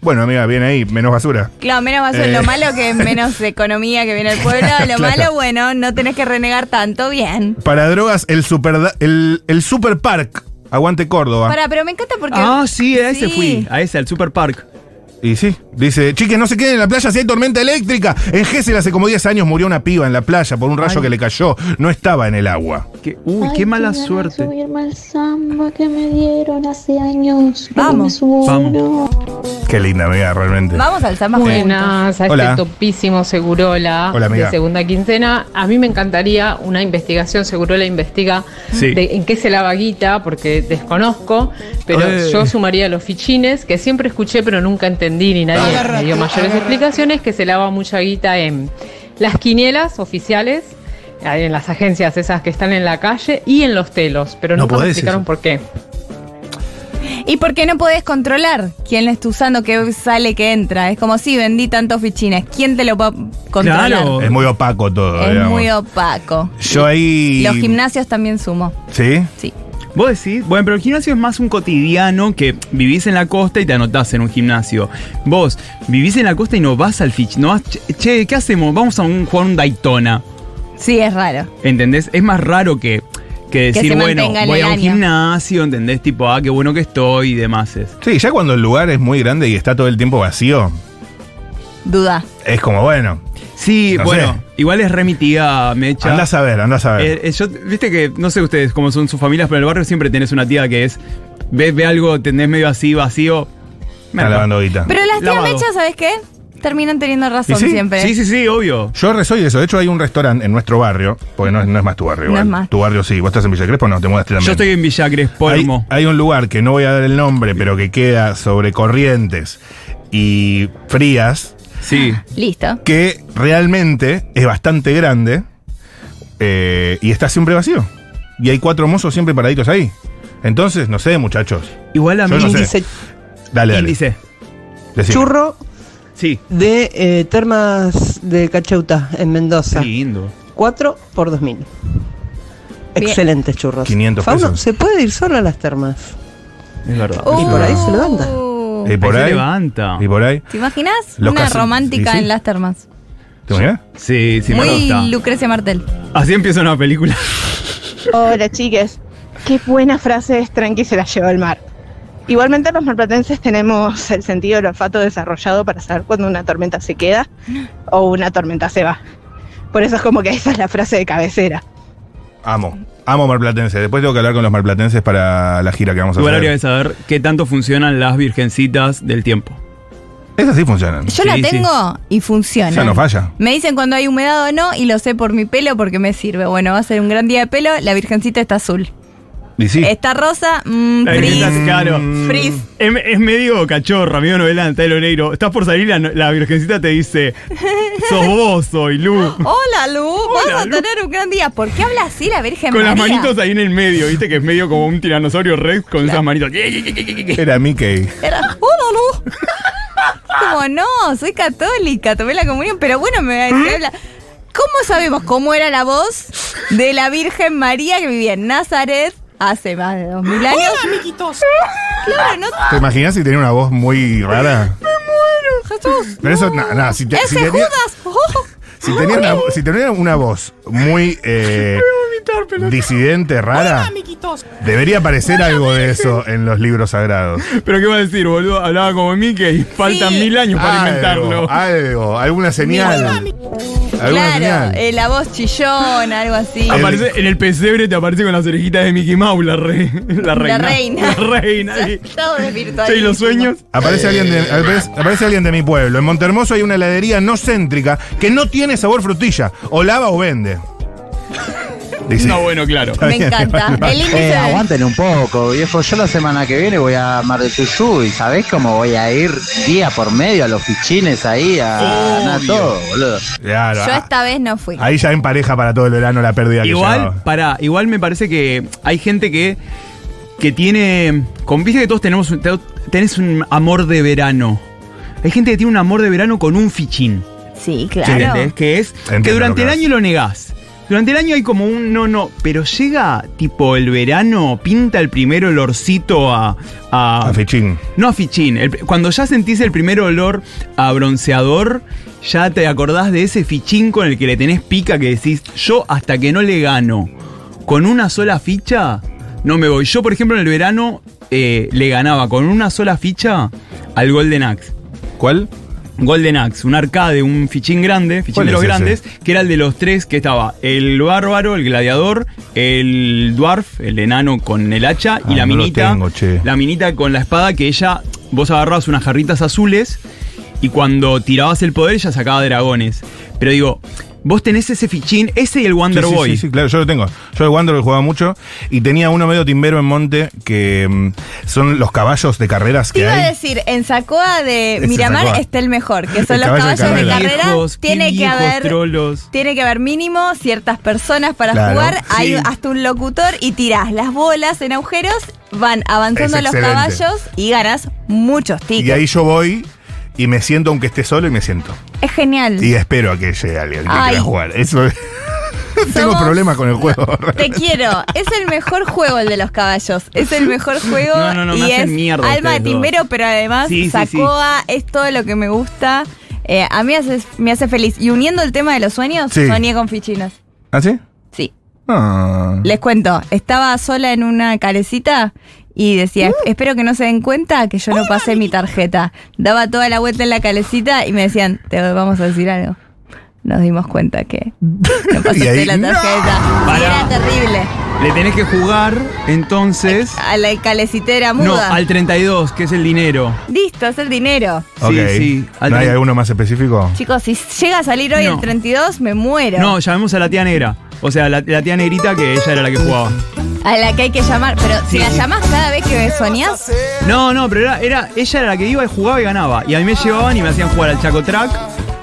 Speaker 1: Bueno, amiga, bien ahí, menos basura.
Speaker 2: Claro, menos va a ser
Speaker 1: Eh.
Speaker 2: lo malo que
Speaker 3: [LAUGHS]
Speaker 2: menos economía que viene al pueblo. Lo
Speaker 1: Claro.
Speaker 2: malo, bueno, no tenés que renegar tanto. Bien.
Speaker 1: Para drogas, el super, da- el, el super Park. Aguante Córdoba.
Speaker 2: Para, pero me encanta porque.
Speaker 3: Ah, sí, a ese
Speaker 2: Sí.
Speaker 3: fui. A ese, al Super Park.
Speaker 1: Y sí, dice, chiques, no se queden en la playa si hay tormenta eléctrica. En Gessel hace como 10 años murió una piba en la playa por un rayo que le cayó. No estaba en el agua.
Speaker 3: Que- uy,
Speaker 7: Ay,
Speaker 3: qué mala
Speaker 7: ganas de
Speaker 3: suerte.
Speaker 7: subirme al samba que me dieron hace años. pero
Speaker 2: Vamos.
Speaker 7: me subo
Speaker 3: Vamos.
Speaker 7: uno.
Speaker 1: Qué linda, amiga, realmente.
Speaker 2: Vamos al Zamba juntos.
Speaker 7: Buenas, a este
Speaker 1: Hola.
Speaker 7: topísimo Segurola
Speaker 1: Hola, amiga.
Speaker 7: de segunda quincena. A mí me encantaría una investigación, Segurola investiga
Speaker 3: Sí.
Speaker 7: de en qué se lava guita, porque desconozco, pero
Speaker 3: Eh.
Speaker 7: yo sumaría los fichines, que siempre escuché pero nunca entendí ni nadie me dio mayores explicaciones, que se lava mucha guita en las quinielas oficiales, en las agencias esas que están en la calle y en los telos, pero
Speaker 8: No
Speaker 7: nunca me
Speaker 8: podés
Speaker 7: explicaron
Speaker 8: eso.
Speaker 7: por qué.
Speaker 2: ¿Y por qué no podés controlar quién la está usando, qué sale, qué entra? Es como si vendí tantos fichines. ¿Quién te lo va a controlar?
Speaker 3: Claro.
Speaker 1: Es muy opaco todo,
Speaker 2: Es
Speaker 1: digamos.
Speaker 2: muy opaco.
Speaker 1: Yo ahí.
Speaker 2: Los gimnasios también sumo.
Speaker 1: ¿Sí?
Speaker 2: Sí.
Speaker 3: Vos decís, bueno, pero el gimnasio es más un cotidiano que vivís en la costa y te anotás en un gimnasio. Vos vivís en la costa y no vas al fich, no vas, che, ¿qué hacemos? Vamos a un, jugar un Daytona.
Speaker 2: Sí, es raro.
Speaker 3: ¿Entendés? Es más raro que,
Speaker 2: Que
Speaker 3: que decir,
Speaker 2: se
Speaker 3: bueno,
Speaker 2: mantenga el
Speaker 3: voy a un
Speaker 2: año.
Speaker 3: gimnasio, ¿entendés? Tipo, ah, qué bueno que estoy y demás. es.
Speaker 1: Sí, ya cuando el lugar es muy grande y está todo el tiempo vacío,
Speaker 2: Duda.
Speaker 3: Ah.
Speaker 1: es como bueno.
Speaker 3: Sí,
Speaker 1: No
Speaker 3: bueno,
Speaker 1: sé.
Speaker 3: igual es remitida, Mecha.
Speaker 1: Andás a ver, andás a ver.
Speaker 3: Eh, eh, yo- viste que, no sé ustedes cómo son sus familias, pero en el barrio siempre tenés una tía que es, ve, ve algo, tenés medio así, vacío.
Speaker 1: está lavando guita.
Speaker 2: Pero las tías
Speaker 3: Lavado.
Speaker 2: mechas, ¿sabes qué? Terminan teniendo razón
Speaker 1: ¿Y sí?
Speaker 2: siempre.
Speaker 3: Sí, sí, sí, obvio.
Speaker 1: Yo resoy eso. De hecho, hay un restaurante en nuestro barrio, porque no es, no es más tu barrio.
Speaker 2: No
Speaker 1: igual.
Speaker 2: es más.
Speaker 1: Tu barrio sí. ¿Vos estás en Villa Crespo? No, te mudaste también.
Speaker 3: Yo estoy en Villa Crespo,
Speaker 1: hay,
Speaker 3: Olmo.
Speaker 1: hay un lugar que no voy a dar el nombre, pero que queda sobre corrientes y frías,
Speaker 3: Sí.
Speaker 2: Listo.
Speaker 1: que realmente es bastante grande eh, y está siempre vacío. Y hay cuatro mozos siempre paraditos ahí. Entonces, no sé, muchachos.
Speaker 3: Igual a
Speaker 1: Yo
Speaker 3: mí.
Speaker 1: no sé.
Speaker 9: Índice
Speaker 1: Dale, dale.
Speaker 3: Índice.
Speaker 1: decime.
Speaker 9: churro
Speaker 3: Sí.
Speaker 9: de eh, termas de Cacheuta en Mendoza.
Speaker 3: Qué lindo.
Speaker 9: 4 por 2000.
Speaker 2: Bien.
Speaker 9: Excelentes churros.
Speaker 1: 500
Speaker 9: Fauno,
Speaker 1: pesos.
Speaker 9: se puede ir solo a las termas.
Speaker 3: Es verdad.
Speaker 2: Oh,
Speaker 9: Y por ahí se levanta.
Speaker 2: Uh.
Speaker 1: Y por
Speaker 3: Ahí se
Speaker 1: ahí.
Speaker 3: levanta.
Speaker 1: Y por ahí.
Speaker 2: ¿Te imaginas?
Speaker 1: Los
Speaker 2: Una
Speaker 1: casos-
Speaker 2: romántica
Speaker 1: sí, sí.
Speaker 2: en las termas.
Speaker 1: ¿Te imaginas?
Speaker 3: Sí, sí, me
Speaker 2: Muy
Speaker 3: gusta.
Speaker 2: Lucrecia Martel.
Speaker 3: Así empieza una película.
Speaker 10: Hola chiques, qué buena frase es tranqui se la lleva el mar. Igualmente los marplatenses tenemos el sentido del olfato desarrollado para saber cuando una tormenta se queda o una tormenta se va. Por eso es como que esa es la frase de cabecera.
Speaker 1: Amo. Amo marplatense. Después tengo que hablar con los marplatenses para la gira que vamos a
Speaker 3: Igual habría que
Speaker 1: hacer.
Speaker 3: saber qué tanto funcionan las virgencitas del tiempo.
Speaker 1: Esas sí funcionan.
Speaker 2: Yo
Speaker 3: Sí,
Speaker 2: la
Speaker 3: sí.
Speaker 2: tengo y funciona.
Speaker 1: Ya no falla.
Speaker 2: Me dicen cuando hay humedad o no y lo sé por mi pelo porque me sirve. Bueno, va a ser un gran día de pelo. La virgencita está azul.
Speaker 1: Y sí.
Speaker 2: Está rosa. mm,
Speaker 3: La virgencita
Speaker 2: frizz.
Speaker 3: claro.
Speaker 2: Frizz.
Speaker 3: Es, es medio cachorra, medio novela de Oreiro. Estás por salir, la, la virgencita te dice: Sos vos, soy Lu.
Speaker 2: Hola, Lu.
Speaker 3: Hola,
Speaker 2: Vas a
Speaker 3: Lu.
Speaker 2: tener un gran día. ¿Por qué habla así la Virgen
Speaker 3: Con
Speaker 2: María?
Speaker 3: las manitos ahí en el medio, viste que es medio como un tiranosaurio rex con esas manitos.
Speaker 1: Era Mickey.
Speaker 2: Era, hola, Lu. [LAUGHS] Como, no, soy católica, tomé la comunión, pero bueno, me va a
Speaker 1: ¿Eh?
Speaker 2: decir la- ¿Cómo sabemos cómo era la voz de la Virgen María que vivía en Nazaret hace más de dos mil años? ¡Hola, amiguitos! Claro, no...
Speaker 1: ¿Te imaginas si tenía una voz muy rara?
Speaker 2: ¡Jesús!
Speaker 1: Pero eso,
Speaker 2: no.
Speaker 1: nada, nada, si te-
Speaker 2: ¡Ese
Speaker 1: si tenía-
Speaker 2: Judas! ¡Oh!
Speaker 1: Si tenía una, si tenía una voz muy eh, disidente, rara, debería aparecer algo de eso en los libros sagrados.
Speaker 3: Pero qué va a decir, boludo, hablaba como Mickey, faltan
Speaker 2: Sí.
Speaker 3: mil años para
Speaker 1: Ah, Algo,
Speaker 3: inventarlo.
Speaker 1: algo, alguna señal. Alguna
Speaker 2: Claro,
Speaker 1: señal.
Speaker 2: eh, la voz chillona, algo así.
Speaker 1: Aparte,
Speaker 3: Aparece, en el pesebre te aparece con las orejitas de Mickey Mouse, la, re- la reina.
Speaker 2: reina.
Speaker 3: La reina.
Speaker 1: Eh,
Speaker 3: sí.
Speaker 2: Todo desvirtuadísimo.
Speaker 3: Sí, los sueños.
Speaker 1: Aparece alguien, de, aparece, aparece alguien de mi pueblo. En Montermoso hay una heladería no céntrica que no tiene sabor frutilla. O lava o
Speaker 3: [LAUGHS]
Speaker 1: vende. Dice,
Speaker 3: No, bueno, claro.
Speaker 2: Me encanta.
Speaker 1: [LAUGHS]
Speaker 2: El índice
Speaker 11: Eh,
Speaker 2: de-
Speaker 11: aguanten un poco, viejo. Yo la semana que viene voy a Mar de Tuyuy. ¿Sabés cómo voy a ir día por medio a los fichines ahí? A ganar todo, boludo.
Speaker 1: claro,
Speaker 2: Yo
Speaker 1: ah,
Speaker 2: esta vez no fui.
Speaker 1: ahí ya en pareja para todo el verano la pérdida que
Speaker 3: Igual,
Speaker 1: llevaba.
Speaker 3: para, igual me parece que hay gente que, que tiene. Con viste que todos tenemos un- te- tenés un amor de verano. Hay gente que tiene un amor de verano con un fichín.
Speaker 2: Sí,
Speaker 3: ¿Entendés?
Speaker 2: claro.
Speaker 3: Que es
Speaker 1: Entiendo
Speaker 3: que
Speaker 1: lo que
Speaker 3: durante el
Speaker 1: vas.
Speaker 3: año lo negás. Durante el año hay como un no, no, pero llega tipo el verano, pinta el primer olorcito a. a,
Speaker 1: A Fichín.
Speaker 3: no a fichín. El- cuando ya sentís el primer olor a bronceador, ya te acordás de ese fichín con el que le tenés pica que decís, yo hasta que no le gano con una sola ficha, no me voy. Yo, por ejemplo, en el verano eh, le ganaba con una sola ficha al Golden Axe.
Speaker 1: ¿Cuál?
Speaker 3: Golden Axe, un arcade, un fichín grande, fichín
Speaker 1: ¿Cuál
Speaker 3: de
Speaker 1: es
Speaker 3: los
Speaker 1: ese?
Speaker 3: grandes, que era el de los tres que estaba el bárbaro, el gladiador, el dwarf, el enano con el hacha
Speaker 1: Ah,
Speaker 3: y la
Speaker 1: no lo
Speaker 3: minita.
Speaker 1: tengo, che.
Speaker 3: La minita con la espada que ella vos agarrabas unas jarritas azules y cuando tirabas el poder ya sacaba dragones. Pero digo, vos tenés ese fichín, ese y el Wonder
Speaker 1: sí, sí,
Speaker 3: Boy.
Speaker 1: Sí, sí, claro, yo lo tengo. Yo el Wanderers jugaba mucho y tenía uno medio timbero en monte que mm, son los caballos de carreras
Speaker 2: Te
Speaker 1: que
Speaker 2: iba a
Speaker 1: hay. Este
Speaker 2: decir, en Sacoa de
Speaker 1: Es en
Speaker 2: Miramar
Speaker 1: Sacoa.
Speaker 2: está el mejor, que
Speaker 1: El
Speaker 2: son los
Speaker 1: caballo de
Speaker 2: caballos de
Speaker 1: carrera.
Speaker 2: carrera.
Speaker 3: Viejos, qué
Speaker 2: tiene que
Speaker 3: viejos
Speaker 2: haber
Speaker 3: trolos.
Speaker 2: tiene que haber mínimo ciertas personas para
Speaker 1: Claro,
Speaker 2: jugar. Hay
Speaker 3: sí.
Speaker 2: hasta un locutor y tirás las bolas en agujeros, van avanzando
Speaker 1: Es
Speaker 2: los
Speaker 1: excelente.
Speaker 2: caballos y ganas muchos
Speaker 1: Y
Speaker 2: tickets.
Speaker 1: ahí yo voy y me siento aunque esté solo y me siento.
Speaker 2: es genial.
Speaker 1: Y espero a que llegue alguien que
Speaker 2: Ay.
Speaker 1: quiera jugar. Eso [LAUGHS] tengo
Speaker 2: Somos-
Speaker 1: problemas con el
Speaker 2: [LAUGHS]
Speaker 1: juego.
Speaker 2: Te quiero. Es el mejor juego el de los caballos. Es el mejor juego.
Speaker 3: [LAUGHS] No, no, no, me
Speaker 2: y
Speaker 3: hacen
Speaker 2: es
Speaker 3: mierda
Speaker 2: alma de
Speaker 3: ustedes dos.
Speaker 2: timbero, pero además
Speaker 3: Sí, sí,
Speaker 2: Sacoa es todo lo que me gusta. Eh, a mí hace- me hace feliz. Y uniendo el tema de los sueños,
Speaker 1: Sí.
Speaker 2: soñé con fichinas.
Speaker 1: ¿Ah, sí?
Speaker 2: Sí.
Speaker 1: Ah.
Speaker 2: Les cuento, estaba sola en una carecita y
Speaker 1: Uh.
Speaker 2: decía, espero que no se den cuenta que yo no pasé mi tarjeta. Daba toda la vuelta en la carecita y me decían, te vamos a decir algo. Nos dimos cuenta que
Speaker 1: [LAUGHS]
Speaker 2: no pasaste
Speaker 1: ahí,
Speaker 2: la
Speaker 1: ¡no!
Speaker 2: tarjeta. Y
Speaker 3: Pará.
Speaker 2: era terrible.
Speaker 3: Le tenés que jugar, entonces.
Speaker 2: A la calecitera muda.
Speaker 3: No, al 32, que es el dinero.
Speaker 2: Listo, es el dinero.
Speaker 1: Ok.
Speaker 3: Sí, sí. Al
Speaker 1: ¿No hay
Speaker 3: tre-
Speaker 1: alguno más específico?
Speaker 2: Chicos, si llega a salir hoy
Speaker 3: No.
Speaker 2: el 32, me muero.
Speaker 3: No, llamemos a la tía negra. O sea, la, la tía negrita que ella era la que jugaba.
Speaker 2: A la que hay que llamar. Pero si
Speaker 3: Sí.
Speaker 2: la llamás cada vez que soñás,
Speaker 3: No, no, pero era, era- ella era la que iba y jugaba y ganaba. Y a mí me llevaban y me hacían jugar al Chaco Track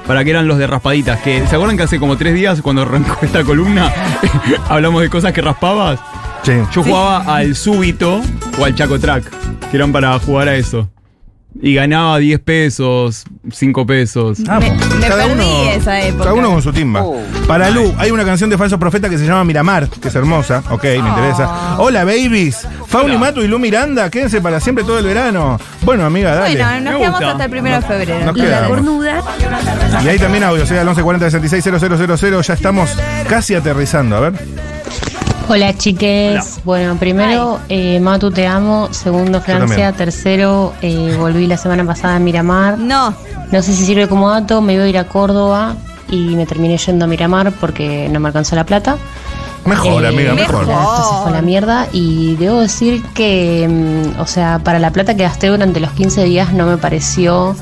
Speaker 3: para que eran los de raspaditas. Que, ¿Se acuerdan que hace como tres días cuando arrancó esta columna [LAUGHS] hablamos de cosas que raspabas?
Speaker 1: Sí.
Speaker 3: Yo jugaba al súbito o al Chaco Track, que eran para jugar a eso. Y ganaba 10 pesos, 5 pesos.
Speaker 1: Ah,
Speaker 2: me, me perdí esa época. Oh.
Speaker 1: Cada uno con su timba. Para Lu, hay una canción de Falso Profeta que se llama Miramar, que es hermosa. Ok, me interesa. Hola, babies. Fauni
Speaker 3: Hola.
Speaker 1: Mato y Lu Miranda, quédense para siempre todo el verano. Bueno, amiga, dale.
Speaker 2: Bueno, nos
Speaker 3: Me
Speaker 2: quedamos
Speaker 3: gusta.
Speaker 2: hasta el primero de febrero.
Speaker 1: Nos quedamos. Y ahí también audio, sea al 1140-660000. Ya estamos casi aterrizando. A ver.
Speaker 5: Hola chiques. Bueno, primero, eh, Matu, te amo. Segundo, Francia.
Speaker 1: también.
Speaker 5: Tercero, eh, volví la semana pasada a Miramar.
Speaker 2: No,
Speaker 5: No sé si sirve como dato, me iba a ir a Córdoba y me terminé yendo a Miramar porque no me alcanzó la plata.
Speaker 1: Mejor,
Speaker 5: Eh,
Speaker 1: amiga, mejor.
Speaker 2: mejor.
Speaker 5: Entonces fue a la mierda y debo decir que, mm, o sea, para la plata que gasté durante los 15 días no me pareció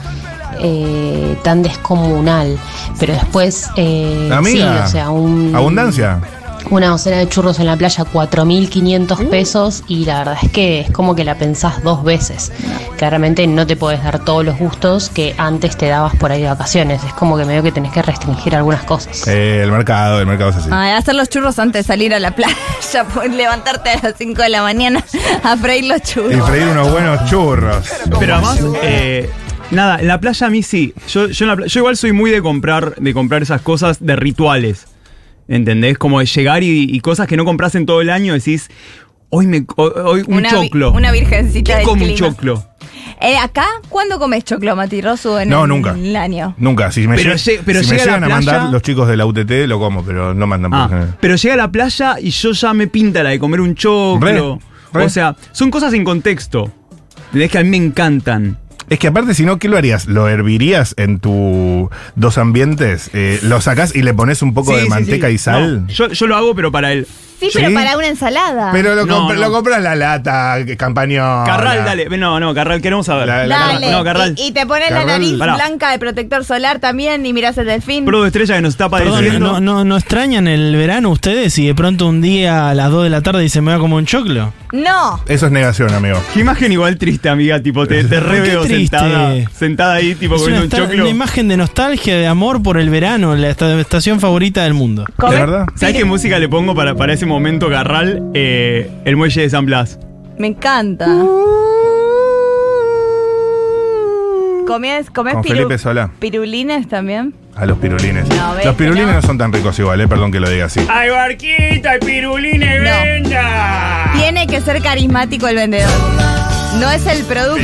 Speaker 5: eh, tan descomunal. Pero después, eh,
Speaker 1: Amiga,
Speaker 5: sí, o sea, un,
Speaker 1: Abundancia.
Speaker 5: una docena de churros en la playa,
Speaker 12: Uh.
Speaker 5: 4.500 pesos y la verdad es que es como que la pensás dos veces. Claramente no te podés dar todos los gustos que antes te dabas por ahí de vacaciones. Es como que medio que tenés que restringir algunas cosas.
Speaker 1: Eh, el mercado, el mercado es así.
Speaker 2: Ay, hacer los churros antes de salir a la playa, [LAUGHS] po- levantarte a las 5 de la mañana a freír los
Speaker 1: Y
Speaker 2: churros.
Speaker 1: freír unos buenos churros.
Speaker 3: Pero además, eh, nada, en la playa a mí sí. Yo, yo, en la pla- yo igual soy muy de comprar, de comprar esas cosas de rituales. ¿Entendés? Como de llegar y, y cosas que no compras en todo el año, decís, hoy me co- hoy un
Speaker 2: Una vi-
Speaker 3: choclo.
Speaker 2: una virgencita
Speaker 3: ¿Qué
Speaker 2: del
Speaker 3: como un
Speaker 2: clima?
Speaker 3: choclo?
Speaker 2: Eh, ¿Acá? ¿Cuándo comes choclo, Mati Rosu? En
Speaker 1: No,
Speaker 2: el,
Speaker 1: nunca.
Speaker 2: año.
Speaker 1: Nunca, si me,
Speaker 3: Pero
Speaker 1: lle-
Speaker 3: lle- pero
Speaker 1: si me
Speaker 3: llega la
Speaker 1: llegan a mandar
Speaker 3: playa-
Speaker 1: los chicos de la UTT, lo como, pero no mandan. por
Speaker 3: Ah,
Speaker 1: general.
Speaker 3: pero llega a la playa y yo ya me pinta la de comer un choclo.
Speaker 1: Re, re.
Speaker 3: O sea, son cosas en contexto. ¿Entendés? Que a mí me encantan.
Speaker 1: Es que aparte, si no, ¿qué lo harías? ¿Lo hervirías en tu dos ambientes? Eh, ¿Lo sacás y le pones un poco
Speaker 3: Sí,
Speaker 1: de
Speaker 3: sí,
Speaker 1: manteca
Speaker 3: sí.
Speaker 1: y sal?
Speaker 3: No, yo, yo lo hago, pero para el.
Speaker 2: Sí, pero
Speaker 1: ¿Sí?
Speaker 2: para una ensalada.
Speaker 1: Pero lo,
Speaker 3: No,
Speaker 1: compras
Speaker 3: no.
Speaker 1: lo compras la lata, campañón.
Speaker 3: Carral, dale. No, no, Carral, queremos saber.
Speaker 1: Ah, La- la-
Speaker 2: Dale.
Speaker 3: No, Carral.
Speaker 2: y, y te pones la
Speaker 1: Carral.
Speaker 2: nariz
Speaker 3: Pará.
Speaker 2: blanca de protector solar también y miras el delfín.
Speaker 3: Pro de estrella que nos está
Speaker 8: Perdón,
Speaker 3: padeciendo.
Speaker 8: ¿no, no, ¿no extrañan el verano ustedes y de pronto un día a las 2 de la tarde dicen me va como un choclo?
Speaker 2: no.
Speaker 1: Eso es negación, amigo.
Speaker 3: Qué imagen igual triste, amiga, tipo, te,
Speaker 8: [LAUGHS]
Speaker 3: te re
Speaker 8: Qué
Speaker 3: veo
Speaker 8: triste.
Speaker 3: sentada, sentada ahí, tipo,
Speaker 8: Es una,
Speaker 3: comiendo un
Speaker 8: esta-
Speaker 3: choclo.
Speaker 8: una imagen de nostalgia, de amor por el verano, la esta- estación favorita del mundo.
Speaker 1: ¿De verdad?
Speaker 3: ¿Sabes qué música le pongo para, para ese momento, Garral? Eh, el muelle de San Blas.
Speaker 2: Me encanta. ¿Comés, comés
Speaker 1: Con
Speaker 2: piru-
Speaker 1: Felipe Solá.
Speaker 2: pirulines también?
Speaker 1: A los pirulines.
Speaker 2: No, ves
Speaker 1: los
Speaker 2: que
Speaker 1: pirulines
Speaker 2: no.
Speaker 1: no. son tan ricos igual, eh, perdón que lo diga así.
Speaker 3: ¡Ay, barquita! ¡Ay, pirulines,
Speaker 2: No.
Speaker 3: venda!
Speaker 2: Tiene que ser carismático el vendedor. No es el producto.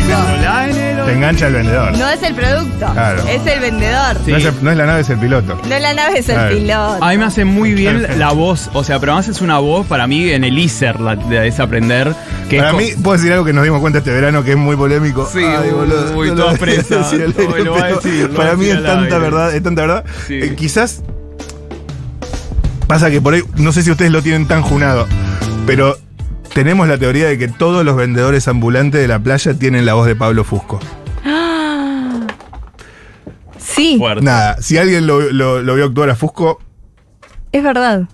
Speaker 1: Te engancha el vendedor.
Speaker 2: No es el producto.
Speaker 1: Claro.
Speaker 2: Es el vendedor.
Speaker 1: No, es, el- no es la nave, es el piloto.
Speaker 2: No la nave es el
Speaker 1: Claro.
Speaker 2: piloto.
Speaker 3: A mí me hace muy bien la voz, o sea, pero además es una voz para mí en el ISER, la de desaprender. Que es
Speaker 1: Para
Speaker 3: co-
Speaker 1: mí, puedo decir algo que nos dimos cuenta este verano que es muy polémico.
Speaker 3: Sí, uy,
Speaker 1: no lo
Speaker 3: toda
Speaker 1: voy a
Speaker 3: presa,
Speaker 1: decir al
Speaker 3: todo
Speaker 1: aire,
Speaker 3: lo va a
Speaker 1: pero
Speaker 3: decir, lo va a
Speaker 1: Para mí
Speaker 3: decir
Speaker 1: es
Speaker 3: al
Speaker 1: tanta
Speaker 3: aire.
Speaker 1: verdad, es tanta verdad.
Speaker 3: Sí.
Speaker 1: Eh, quizás pasa que por ahí, no sé si ustedes lo tienen tan junado, pero tenemos la teoría de que todos los vendedores ambulantes de la playa tienen la voz de Pablo Fusco.
Speaker 2: Ah. Sí,
Speaker 3: Fuerte.
Speaker 1: Nada, si alguien lo, lo- lo vio actuar a Fusco,
Speaker 2: es verdad.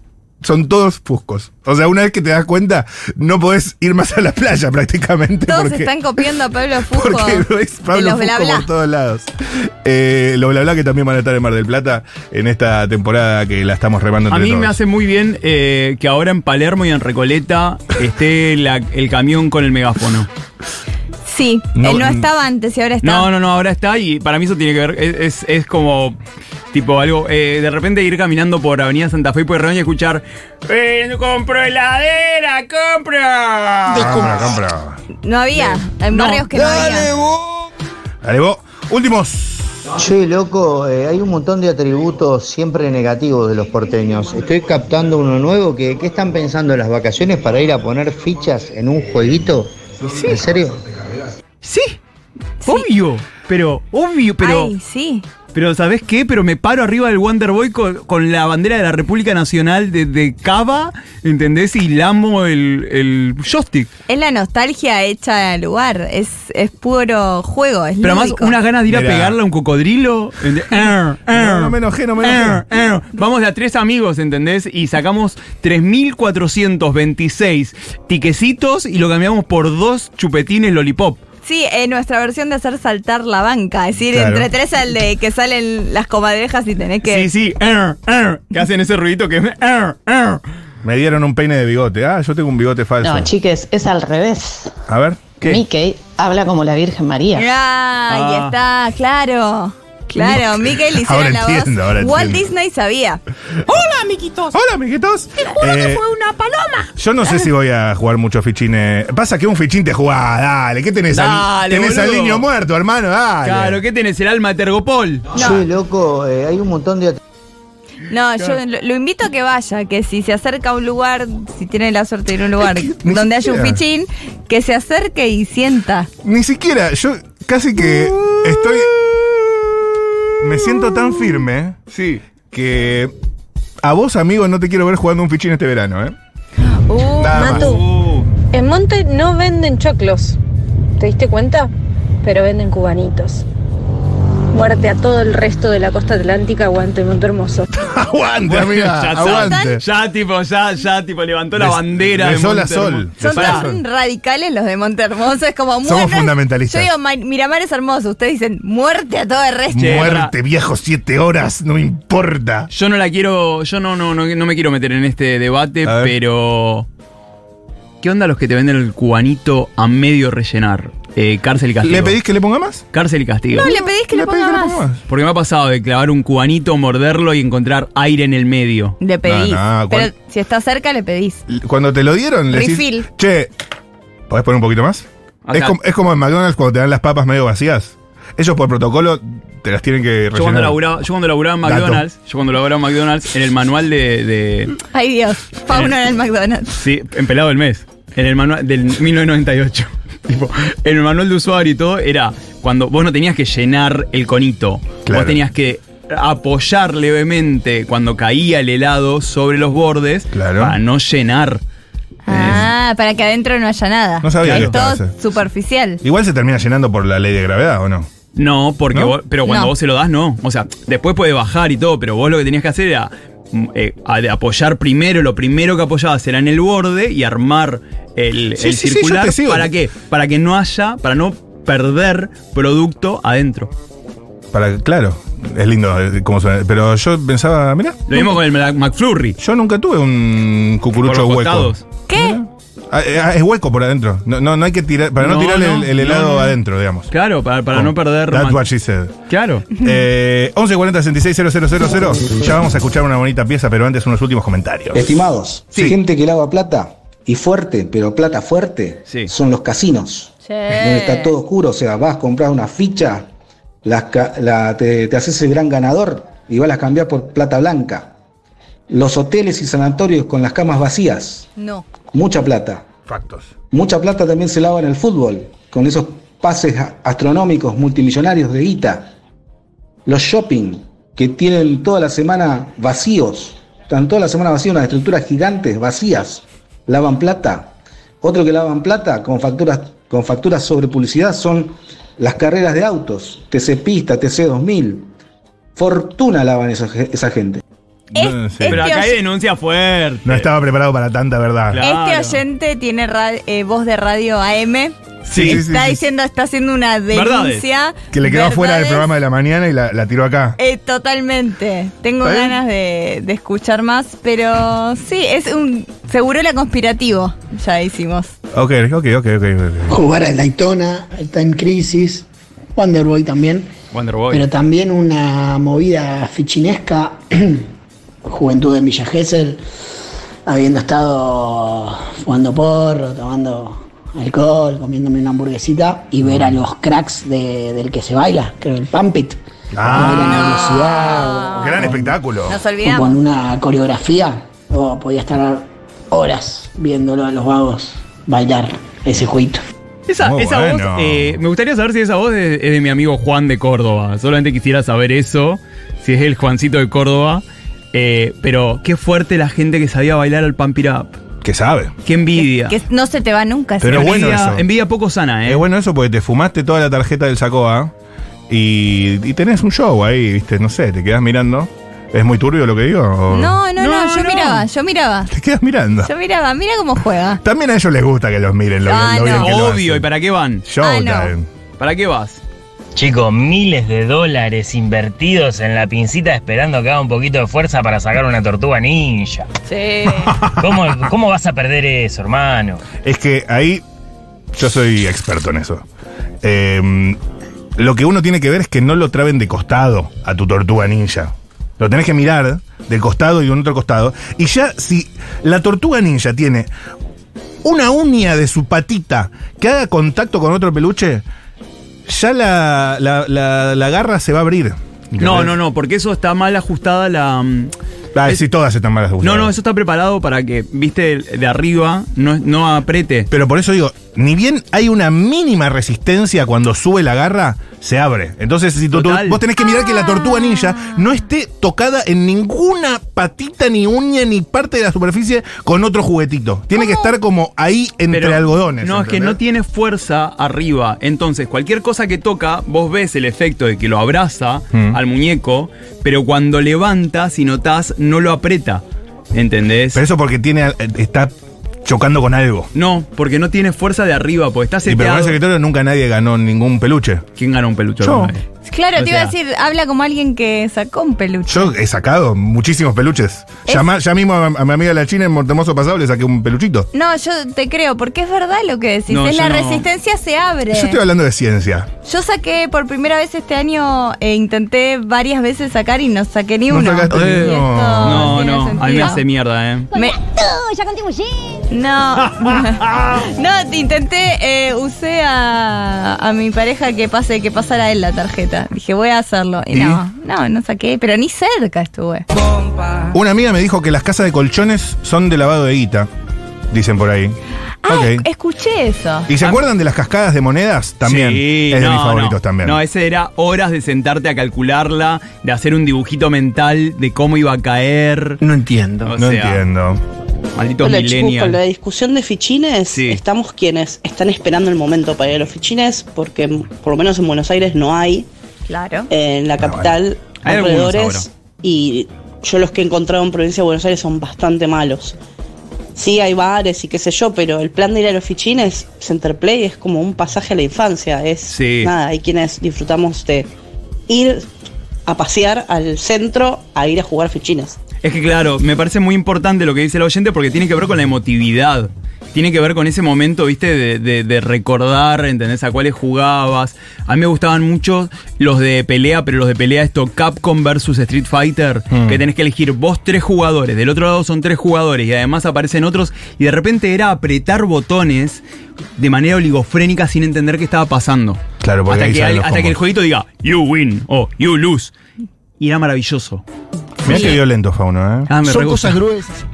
Speaker 1: son todos Fuscos. O sea, una vez que te das cuenta, no podés ir más a la playa prácticamente.
Speaker 2: Todos
Speaker 1: porque,
Speaker 2: están copiando a Pablo Fusco.
Speaker 1: Porque lo es Pablo
Speaker 2: de los
Speaker 1: Fusco
Speaker 2: bla bla.
Speaker 1: por todos lados. Eh, los bla bla que también van a estar en Mar del Plata en esta temporada que la estamos remando
Speaker 3: A
Speaker 1: entre
Speaker 3: mí
Speaker 1: todos.
Speaker 3: me hace muy bien eh, que ahora en Palermo y en Recoleta esté la- el camión con el megáfono.
Speaker 2: Sí,
Speaker 1: No,
Speaker 2: él no
Speaker 1: mm.
Speaker 2: estaba antes y ahora está.
Speaker 3: No, no, no, ahora está y para mí eso tiene que ver, es, es- es como tipo algo, eh, de repente ir caminando por Avenida Santa Fe y Pueyrredón y escuchar "Eh, compro heladera, compro!
Speaker 1: Compra, compra.
Speaker 2: No había. Hay barrios que no había.
Speaker 1: Dale, vos. Últimos.
Speaker 11: Che, loco, eh, hay un montón de atributos siempre negativos de los porteños. Estoy captando uno nuevo que ¿qué están pensando en las vacaciones para ir a poner fichas en un jueguito? ¿En serio?
Speaker 3: Sí, obvio, pero, obvio, pero,
Speaker 2: Ay, sí.
Speaker 3: pero ¿sabés qué? Pero me paro arriba del Wonder Boy con, con la bandera de la República Nacional de, de Cava, ¿entendés? Y lamo el, el joystick.
Speaker 2: Es la nostalgia hecha al lugar. Es, es puro juego. Es
Speaker 3: Pero además,
Speaker 2: lúdico.
Speaker 3: unas ganas de ir a
Speaker 1: Mirá.
Speaker 3: pegarle a un cocodrilo. ¿entendés? Arr,
Speaker 1: No,
Speaker 3: arr.
Speaker 1: no me enojé, no me enojé.
Speaker 3: Arr, arr. Vamos de a tres amigos, ¿entendés? Y sacamos 3.426 tiquecitos y lo cambiamos por dos chupetines lollipop.
Speaker 2: Sí, eh, nuestra versión de hacer saltar la banca. Es decir,
Speaker 1: Claro.
Speaker 2: entre tres al de que salen las comadrejas y tenés que.
Speaker 3: Sí, sí. arr, arr, que hacen ese ruidito que...
Speaker 1: Ah,
Speaker 3: arr, arr.
Speaker 1: Me dieron un peine de bigote. Ah, yo tengo un bigote falso.
Speaker 13: No, chiques, es al revés.
Speaker 1: A ver. ¿Qué?
Speaker 13: Mickey habla como la Virgen María.
Speaker 2: Ah, ahí está, claro. Claro, Miquel
Speaker 1: Ahora
Speaker 2: hicieron la
Speaker 1: entiendo,
Speaker 2: voz.
Speaker 1: ahora
Speaker 2: Walt
Speaker 1: entiendo.
Speaker 2: Disney sabía.
Speaker 1: Hola, amiguitos. Te juro que fue una paloma. Yo no sé si voy a jugar mucho fichines. Pasa que un fichín te jugá, dale. ¿Qué tenés al,
Speaker 3: Dale,
Speaker 1: tenés al
Speaker 3: boludo.
Speaker 1: niño muerto, hermano? Dale.
Speaker 3: Claro, ¿qué tenés? El alma de Tergopol.
Speaker 11: Che, loco, eh, hay un montón de atributos.
Speaker 2: No, yo lo, lo invito a que vaya, que si se acerca a un lugar, si tiene la suerte de ir a un lugar
Speaker 1: [LAUGHS] ni
Speaker 2: donde haya un
Speaker 1: siquiera.
Speaker 2: fichín, que se acerque y sienta.
Speaker 1: Ni siquiera, yo casi que estoy. Me siento tan firme
Speaker 3: Sí.
Speaker 1: que. A vos, amigo, no te quiero ver jugando un fichín este verano,
Speaker 3: [LAUGHS]
Speaker 1: ¿eh?
Speaker 12: Uh,
Speaker 1: Nada
Speaker 12: Matu, en Monte no venden choclos. ¿Te diste cuenta? Pero venden cubanitos. Muerte a todo el resto de la costa atlántica, aguante Monte Hermoso.
Speaker 1: Aguante, amiga.
Speaker 3: ya, sabe.
Speaker 1: aguante.
Speaker 3: ya, tipo, ya, ya, tipo, levantó la
Speaker 1: Bes-
Speaker 3: bandera.
Speaker 1: besó la
Speaker 3: Monte
Speaker 1: sol.
Speaker 3: Hermoso.
Speaker 1: Besó
Speaker 2: Son
Speaker 1: Para. la
Speaker 3: Pará.
Speaker 1: sol.
Speaker 2: tan radicales los de Monte Hermoso, es como
Speaker 1: Somos
Speaker 2: muerte.
Speaker 1: fundamentalistas.
Speaker 2: Yo digo, "Ma- Miramar es hermoso, ustedes dicen muerte a todo el resto.
Speaker 3: Che,
Speaker 1: Muerte,
Speaker 3: pará.
Speaker 1: viejo, siete horas, no me importa.
Speaker 3: Yo no la quiero, yo no, no, no, no me quiero meter en este debate,
Speaker 1: A ver.
Speaker 3: pero. ¿Qué onda los que te venden el cubanito a medio rellenar? Eh, cárcel y castigo.
Speaker 1: ¿Le pedís que le ponga más?
Speaker 3: Cárcel y castigo.
Speaker 2: No, le pedís que le,
Speaker 1: pedís
Speaker 2: ponga más.
Speaker 3: Porque me ha pasado de clavar un cubanito, morderlo y encontrar aire en el medio.
Speaker 2: Le pedís.
Speaker 1: No, no,
Speaker 2: pero
Speaker 1: cuan-
Speaker 2: si está cerca, le pedís.
Speaker 1: Cuando te lo dieron, le decís,
Speaker 2: Refill.
Speaker 1: Che, ¿podés poner un poquito más?
Speaker 3: O
Speaker 1: Es
Speaker 3: sea,
Speaker 1: como, es como en McDonald's cuando te dan las papas medio vacías. Ellos por protocolo te las tienen que
Speaker 3: yo, cuando
Speaker 1: rellenar.
Speaker 3: laburaba, yo cuando laburaba en
Speaker 1: Dato.
Speaker 3: McDonald's, yo cuando laburaba en McDonald's, en el manual de- de,
Speaker 2: Ay
Speaker 1: [LAUGHS]
Speaker 2: Dios, Fauno en el McDonald's.
Speaker 3: Sí, en pelado del mes. En el manual del 1998. [LAUGHS] tipo, en el manual de usuario y todo era cuando vos no tenías que llenar el conito.
Speaker 1: Claro.
Speaker 3: Vos tenías que apoyar levemente cuando caía el helado sobre los bordes
Speaker 1: Claro.
Speaker 3: para no llenar.
Speaker 2: Ah, para que adentro no haya nada.
Speaker 1: No sabía
Speaker 2: Que
Speaker 1: que
Speaker 2: Es
Speaker 1: estaba
Speaker 2: todo
Speaker 1: ese.
Speaker 2: superficial.
Speaker 1: Igual se termina llenando por la ley de gravedad, ¿o no?
Speaker 3: No, porque
Speaker 1: ¿No?
Speaker 3: vos- pero cuando
Speaker 2: No.
Speaker 3: vos se lo das, no. O sea, después puede bajar y todo, pero vos lo que tenías que hacer era mm, eh, a- de apoyar primero, lo primero que apoyabas era en el borde y armar el,
Speaker 1: Sí,
Speaker 3: el
Speaker 1: sí, sí, yo
Speaker 3: circular.
Speaker 1: te sigo.
Speaker 3: ¿Para qué? Para que no haya, para no perder producto adentro.
Speaker 1: Para, claro, es lindo eh, cómo suena. Pero yo pensaba, mira,
Speaker 3: Lo mismo con el Mac- McFlurry.
Speaker 1: yo nunca tuve un
Speaker 3: Por
Speaker 1: cucurucho
Speaker 3: los
Speaker 1: hueco.
Speaker 3: costados.
Speaker 2: ¿Qué?
Speaker 1: Ah, eh, ah, es hueco por adentro. No, no, no hay que tirar, para no,
Speaker 3: No,
Speaker 1: tirarle
Speaker 3: no,
Speaker 1: el, el
Speaker 3: no,
Speaker 1: helado
Speaker 3: no.
Speaker 1: adentro, digamos.
Speaker 3: Claro, para, para no perder.
Speaker 1: Oh, That's
Speaker 3: man-
Speaker 1: what she said. [LAUGHS]
Speaker 3: Claro.
Speaker 1: Eh, 1140 66 Ya vamos a escuchar una bonita pieza, pero antes unos últimos comentarios.
Speaker 4: Estimados,
Speaker 1: Sí.
Speaker 4: gente que lava plata y fuerte, pero plata fuerte,
Speaker 3: Sí.
Speaker 4: son los casinos. Donde está todo oscuro, o sea, vas a comprar una ficha, las ca- la- te, te haces el gran ganador y vas a cambiar por plata blanca. Los hoteles y sanatorios con las camas vacías,
Speaker 2: No.
Speaker 4: mucha plata.
Speaker 1: Factos.
Speaker 4: Mucha plata también se lava en el fútbol, con esos pases a- astronómicos multimillonarios de guita. Los shopping, que tienen toda la semana vacíos, están toda la semana vacíos, unas estructuras gigantes, vacías, lavan plata. Otro que lavan plata con facturas, con facturas sobre publicidad son las carreras de autos, TC Pista, TC 2000. Fortuna lavan esa, ge- esa gente.
Speaker 2: Es-
Speaker 1: Sí.
Speaker 3: Pero acá hay denuncia fuerte.
Speaker 1: No estaba preparado para tanta verdad.
Speaker 2: Este oyente tiene ra- eh, voz de radio AM.
Speaker 1: Sí, sí, sí,
Speaker 2: está
Speaker 1: sí.
Speaker 2: diciendo, está haciendo una denuncia.
Speaker 1: Que le quedó fuera del
Speaker 2: Verdades,
Speaker 1: programa de la mañana y la, la tiró acá.
Speaker 2: eh, totalmente. Tengo
Speaker 1: ¿Está bien?
Speaker 2: ganas de, de escuchar más, pero sí, es un. Seguro la conspirativo. Ya hicimos.
Speaker 1: Ok, ok, ok, ok. ok.
Speaker 14: Jugar al Daytona está en crisis. Wonderboy también.
Speaker 3: Wonderboy.
Speaker 14: Pero también una movida fichinesca. [CLEARS THROAT] Juventud en Villa Gesell. Habiendo estado jugando porro, tomando alcohol, comiéndome una hamburguesita y ver a los cracks de- del que se baila, creo el Pampit.
Speaker 1: Ah, gran espectáculo.
Speaker 2: Nos
Speaker 14: o
Speaker 2: olvidamos.
Speaker 14: con una coreografía. o podía estar horas viéndolo a los vagos bailar ese jueguito.
Speaker 3: Esa,
Speaker 14: Muy
Speaker 3: esa
Speaker 14: bueno.
Speaker 3: voz, eh, me gustaría saber si esa voz es, es de mi amigo Juan de Córdoba. Solamente quisiera saber eso, si es el Juancito de Córdoba. Eh, pero qué fuerte la gente que sabía bailar al Pump It Up.
Speaker 1: Que sabe.
Speaker 3: Qué envidia.
Speaker 2: Que no se te va nunca.
Speaker 1: Pero
Speaker 2: ese-
Speaker 1: bueno
Speaker 3: envidia-
Speaker 1: eso.
Speaker 3: envidia poco sana, ¿eh?
Speaker 1: Es bueno eso porque te fumaste toda la tarjeta del Sacoa y, y tenés un show ahí, ¿viste? No sé, te quedás mirando. ¿Es muy turbio lo que digo? o-
Speaker 2: No, no, no, yo miraba, yo miraba.
Speaker 1: Te quedas mirando.
Speaker 2: Yo miraba, mira cómo juega.
Speaker 1: También a ellos les gusta que los miren, lo,
Speaker 2: Ah,
Speaker 1: lo bien
Speaker 2: no.
Speaker 1: que lo
Speaker 3: Obvio, ¿y para qué van?
Speaker 1: Showtime. Ah,
Speaker 3: ¿Para qué vas?
Speaker 15: Chicos, miles de dólares invertidos en la pincita esperando que haga un poquito de fuerza para sacar una tortuga ninja.
Speaker 2: Sí.
Speaker 15: ¿Cómo, cómo vas a perder eso, hermano?
Speaker 1: Es que ahí yo soy experto en eso. Eh, lo que uno tiene que ver es que no lo traben de costado a tu tortuga ninja. Lo tenés que mirar del costado y de un otro costado. Y ya si la tortuga ninja tiene una uña de su patita que haga contacto con otro peluche, ya la, la- la- la garra se va a abrir.
Speaker 3: No, no, no, porque eso está mal ajustada la. mm,
Speaker 1: Ah, sí, todas están malas.
Speaker 3: No, no, eso está preparado para que, viste, de arriba no, no aprete.
Speaker 1: Pero por eso digo, ni bien hay una mínima resistencia cuando sube la garra, se abre. Entonces, si tú- tú-
Speaker 3: Total. Ah.
Speaker 1: vos tenés que mirar que la tortuga ninja no esté tocada en ninguna patita, ni uña, ni parte de la superficie con otro juguetito. Tiene que estar como ahí entre
Speaker 3: Pero-
Speaker 1: algodones.
Speaker 3: No, es que no tiene fuerza arriba. Entonces, cualquier cosa que toca, vos ves el efecto de que lo abraza
Speaker 1: Mm.
Speaker 3: al muñeco, pero cuando levanta, si notás, no lo aprieta. ¿Entendés?
Speaker 1: Pero eso porque tiene, eh, está chocando con algo.
Speaker 3: No, porque no tiene fuerza de arriba, porque está
Speaker 1: Y pero con
Speaker 3: seteado.
Speaker 1: ese criterio nunca nadie ganó ningún peluche.
Speaker 3: ¿Quién ganó un peluche?
Speaker 1: Yo.
Speaker 3: alguna vez?
Speaker 2: Claro,
Speaker 1: O
Speaker 2: te iba a
Speaker 1: sea-
Speaker 2: decir, habla como alguien que sacó un peluche.
Speaker 1: Yo he sacado muchísimos peluches. Ya, ma- ya mismo a, a mi amiga la china en Montemoso Pasado le saqué un peluchito.
Speaker 2: No, yo te creo, porque es verdad lo que decís.
Speaker 1: No,
Speaker 2: es
Speaker 1: yo
Speaker 2: la
Speaker 1: no.
Speaker 2: resistencia se abre.
Speaker 1: Yo estoy hablando de ciencia.
Speaker 2: Yo saqué por primera vez este año, e intenté varias veces sacar y no saqué ni
Speaker 1: No
Speaker 2: uno.
Speaker 1: sacaste
Speaker 2: Y
Speaker 1: ni
Speaker 2: esto
Speaker 1: uno.
Speaker 3: No,
Speaker 2: tiene
Speaker 3: no, a mí me
Speaker 2: sentido.
Speaker 3: hace mierda, ¿eh?
Speaker 2: Me- No.
Speaker 1: [LAUGHS]
Speaker 2: no, intenté, eh, usé a, a mi pareja que pase, que pasara él la tarjeta. Dije, voy a hacerlo. Y,
Speaker 1: ¿Y?
Speaker 2: no, no, no saqué, pero ni cerca estuve.
Speaker 1: Una amiga me dijo que las casas de colchones son de lavado de guita, dicen por ahí.
Speaker 2: Ah,
Speaker 1: Ok.
Speaker 2: escuché eso.
Speaker 1: ¿Y se acuerdan de las cascadas de monedas? También.
Speaker 3: Sí,
Speaker 1: es de mis
Speaker 3: no,
Speaker 1: favoritos
Speaker 3: no.
Speaker 1: también.
Speaker 3: No, ese era horas de sentarte a calcularla, de hacer un dibujito mental de cómo iba a caer.
Speaker 8: No entiendo.
Speaker 1: no entiendo.
Speaker 3: Malditos
Speaker 16: Hola chicos, con la
Speaker 3: millennials.
Speaker 16: discusión de fichines, estamos quienes están esperando el momento para ir a los fichines, porque por lo menos en Buenos Aires no hay.
Speaker 2: Claro.
Speaker 16: En
Speaker 4: Ah,
Speaker 16: la capital,
Speaker 17: Hay algunos
Speaker 16: alrededores.
Speaker 17: ahora.
Speaker 16: Y yo los que he encontrado en provincia de Buenos Aires son bastante malos. Sí, hay bares y qué sé yo, pero el plan de ir a los fichines, Centerplay, es como un pasaje a la infancia. Es
Speaker 3: Sí.
Speaker 16: nada, hay quienes disfrutamos de ir a pasear al centro a ir a jugar fichines.
Speaker 3: Es que claro, me parece muy importante lo que dice el oyente porque tiene que ver con la emotividad. Tiene que ver con ese momento, viste, de, de- de recordar, ¿entendés? A cuáles jugabas. A mí me gustaban mucho los de pelea, pero los de pelea, esto Capcom versus Street Fighter,
Speaker 15: Mm.
Speaker 3: que tenés que elegir vos tres jugadores, del otro lado son tres jugadores y además aparecen otros y de repente era apretar botones de manera oligofrénica sin entender qué estaba pasando.
Speaker 1: Claro, porque
Speaker 3: hasta
Speaker 1: ahí
Speaker 3: que,
Speaker 1: salen
Speaker 3: al-
Speaker 1: los
Speaker 3: hasta que el
Speaker 1: combos.
Speaker 3: jueguito diga, you win o you lose. Y era maravilloso.
Speaker 1: Mirá qué violento, Fauno, ¿eh?
Speaker 3: Ah, me Son re gusta. cosas
Speaker 1: gruesas.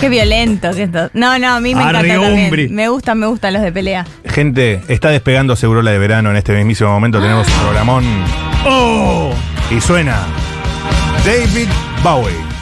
Speaker 2: Qué violento que esto. No, no, a mí me
Speaker 1: Arre,
Speaker 2: encanta también.
Speaker 1: hombre.
Speaker 2: Me gustan, me gustan los de pelea.
Speaker 1: Gente, está despegando seguro la de verano en este mismísimo momento. Tenemos un programón.
Speaker 3: ¡Oh!
Speaker 1: Y suena David Bowie.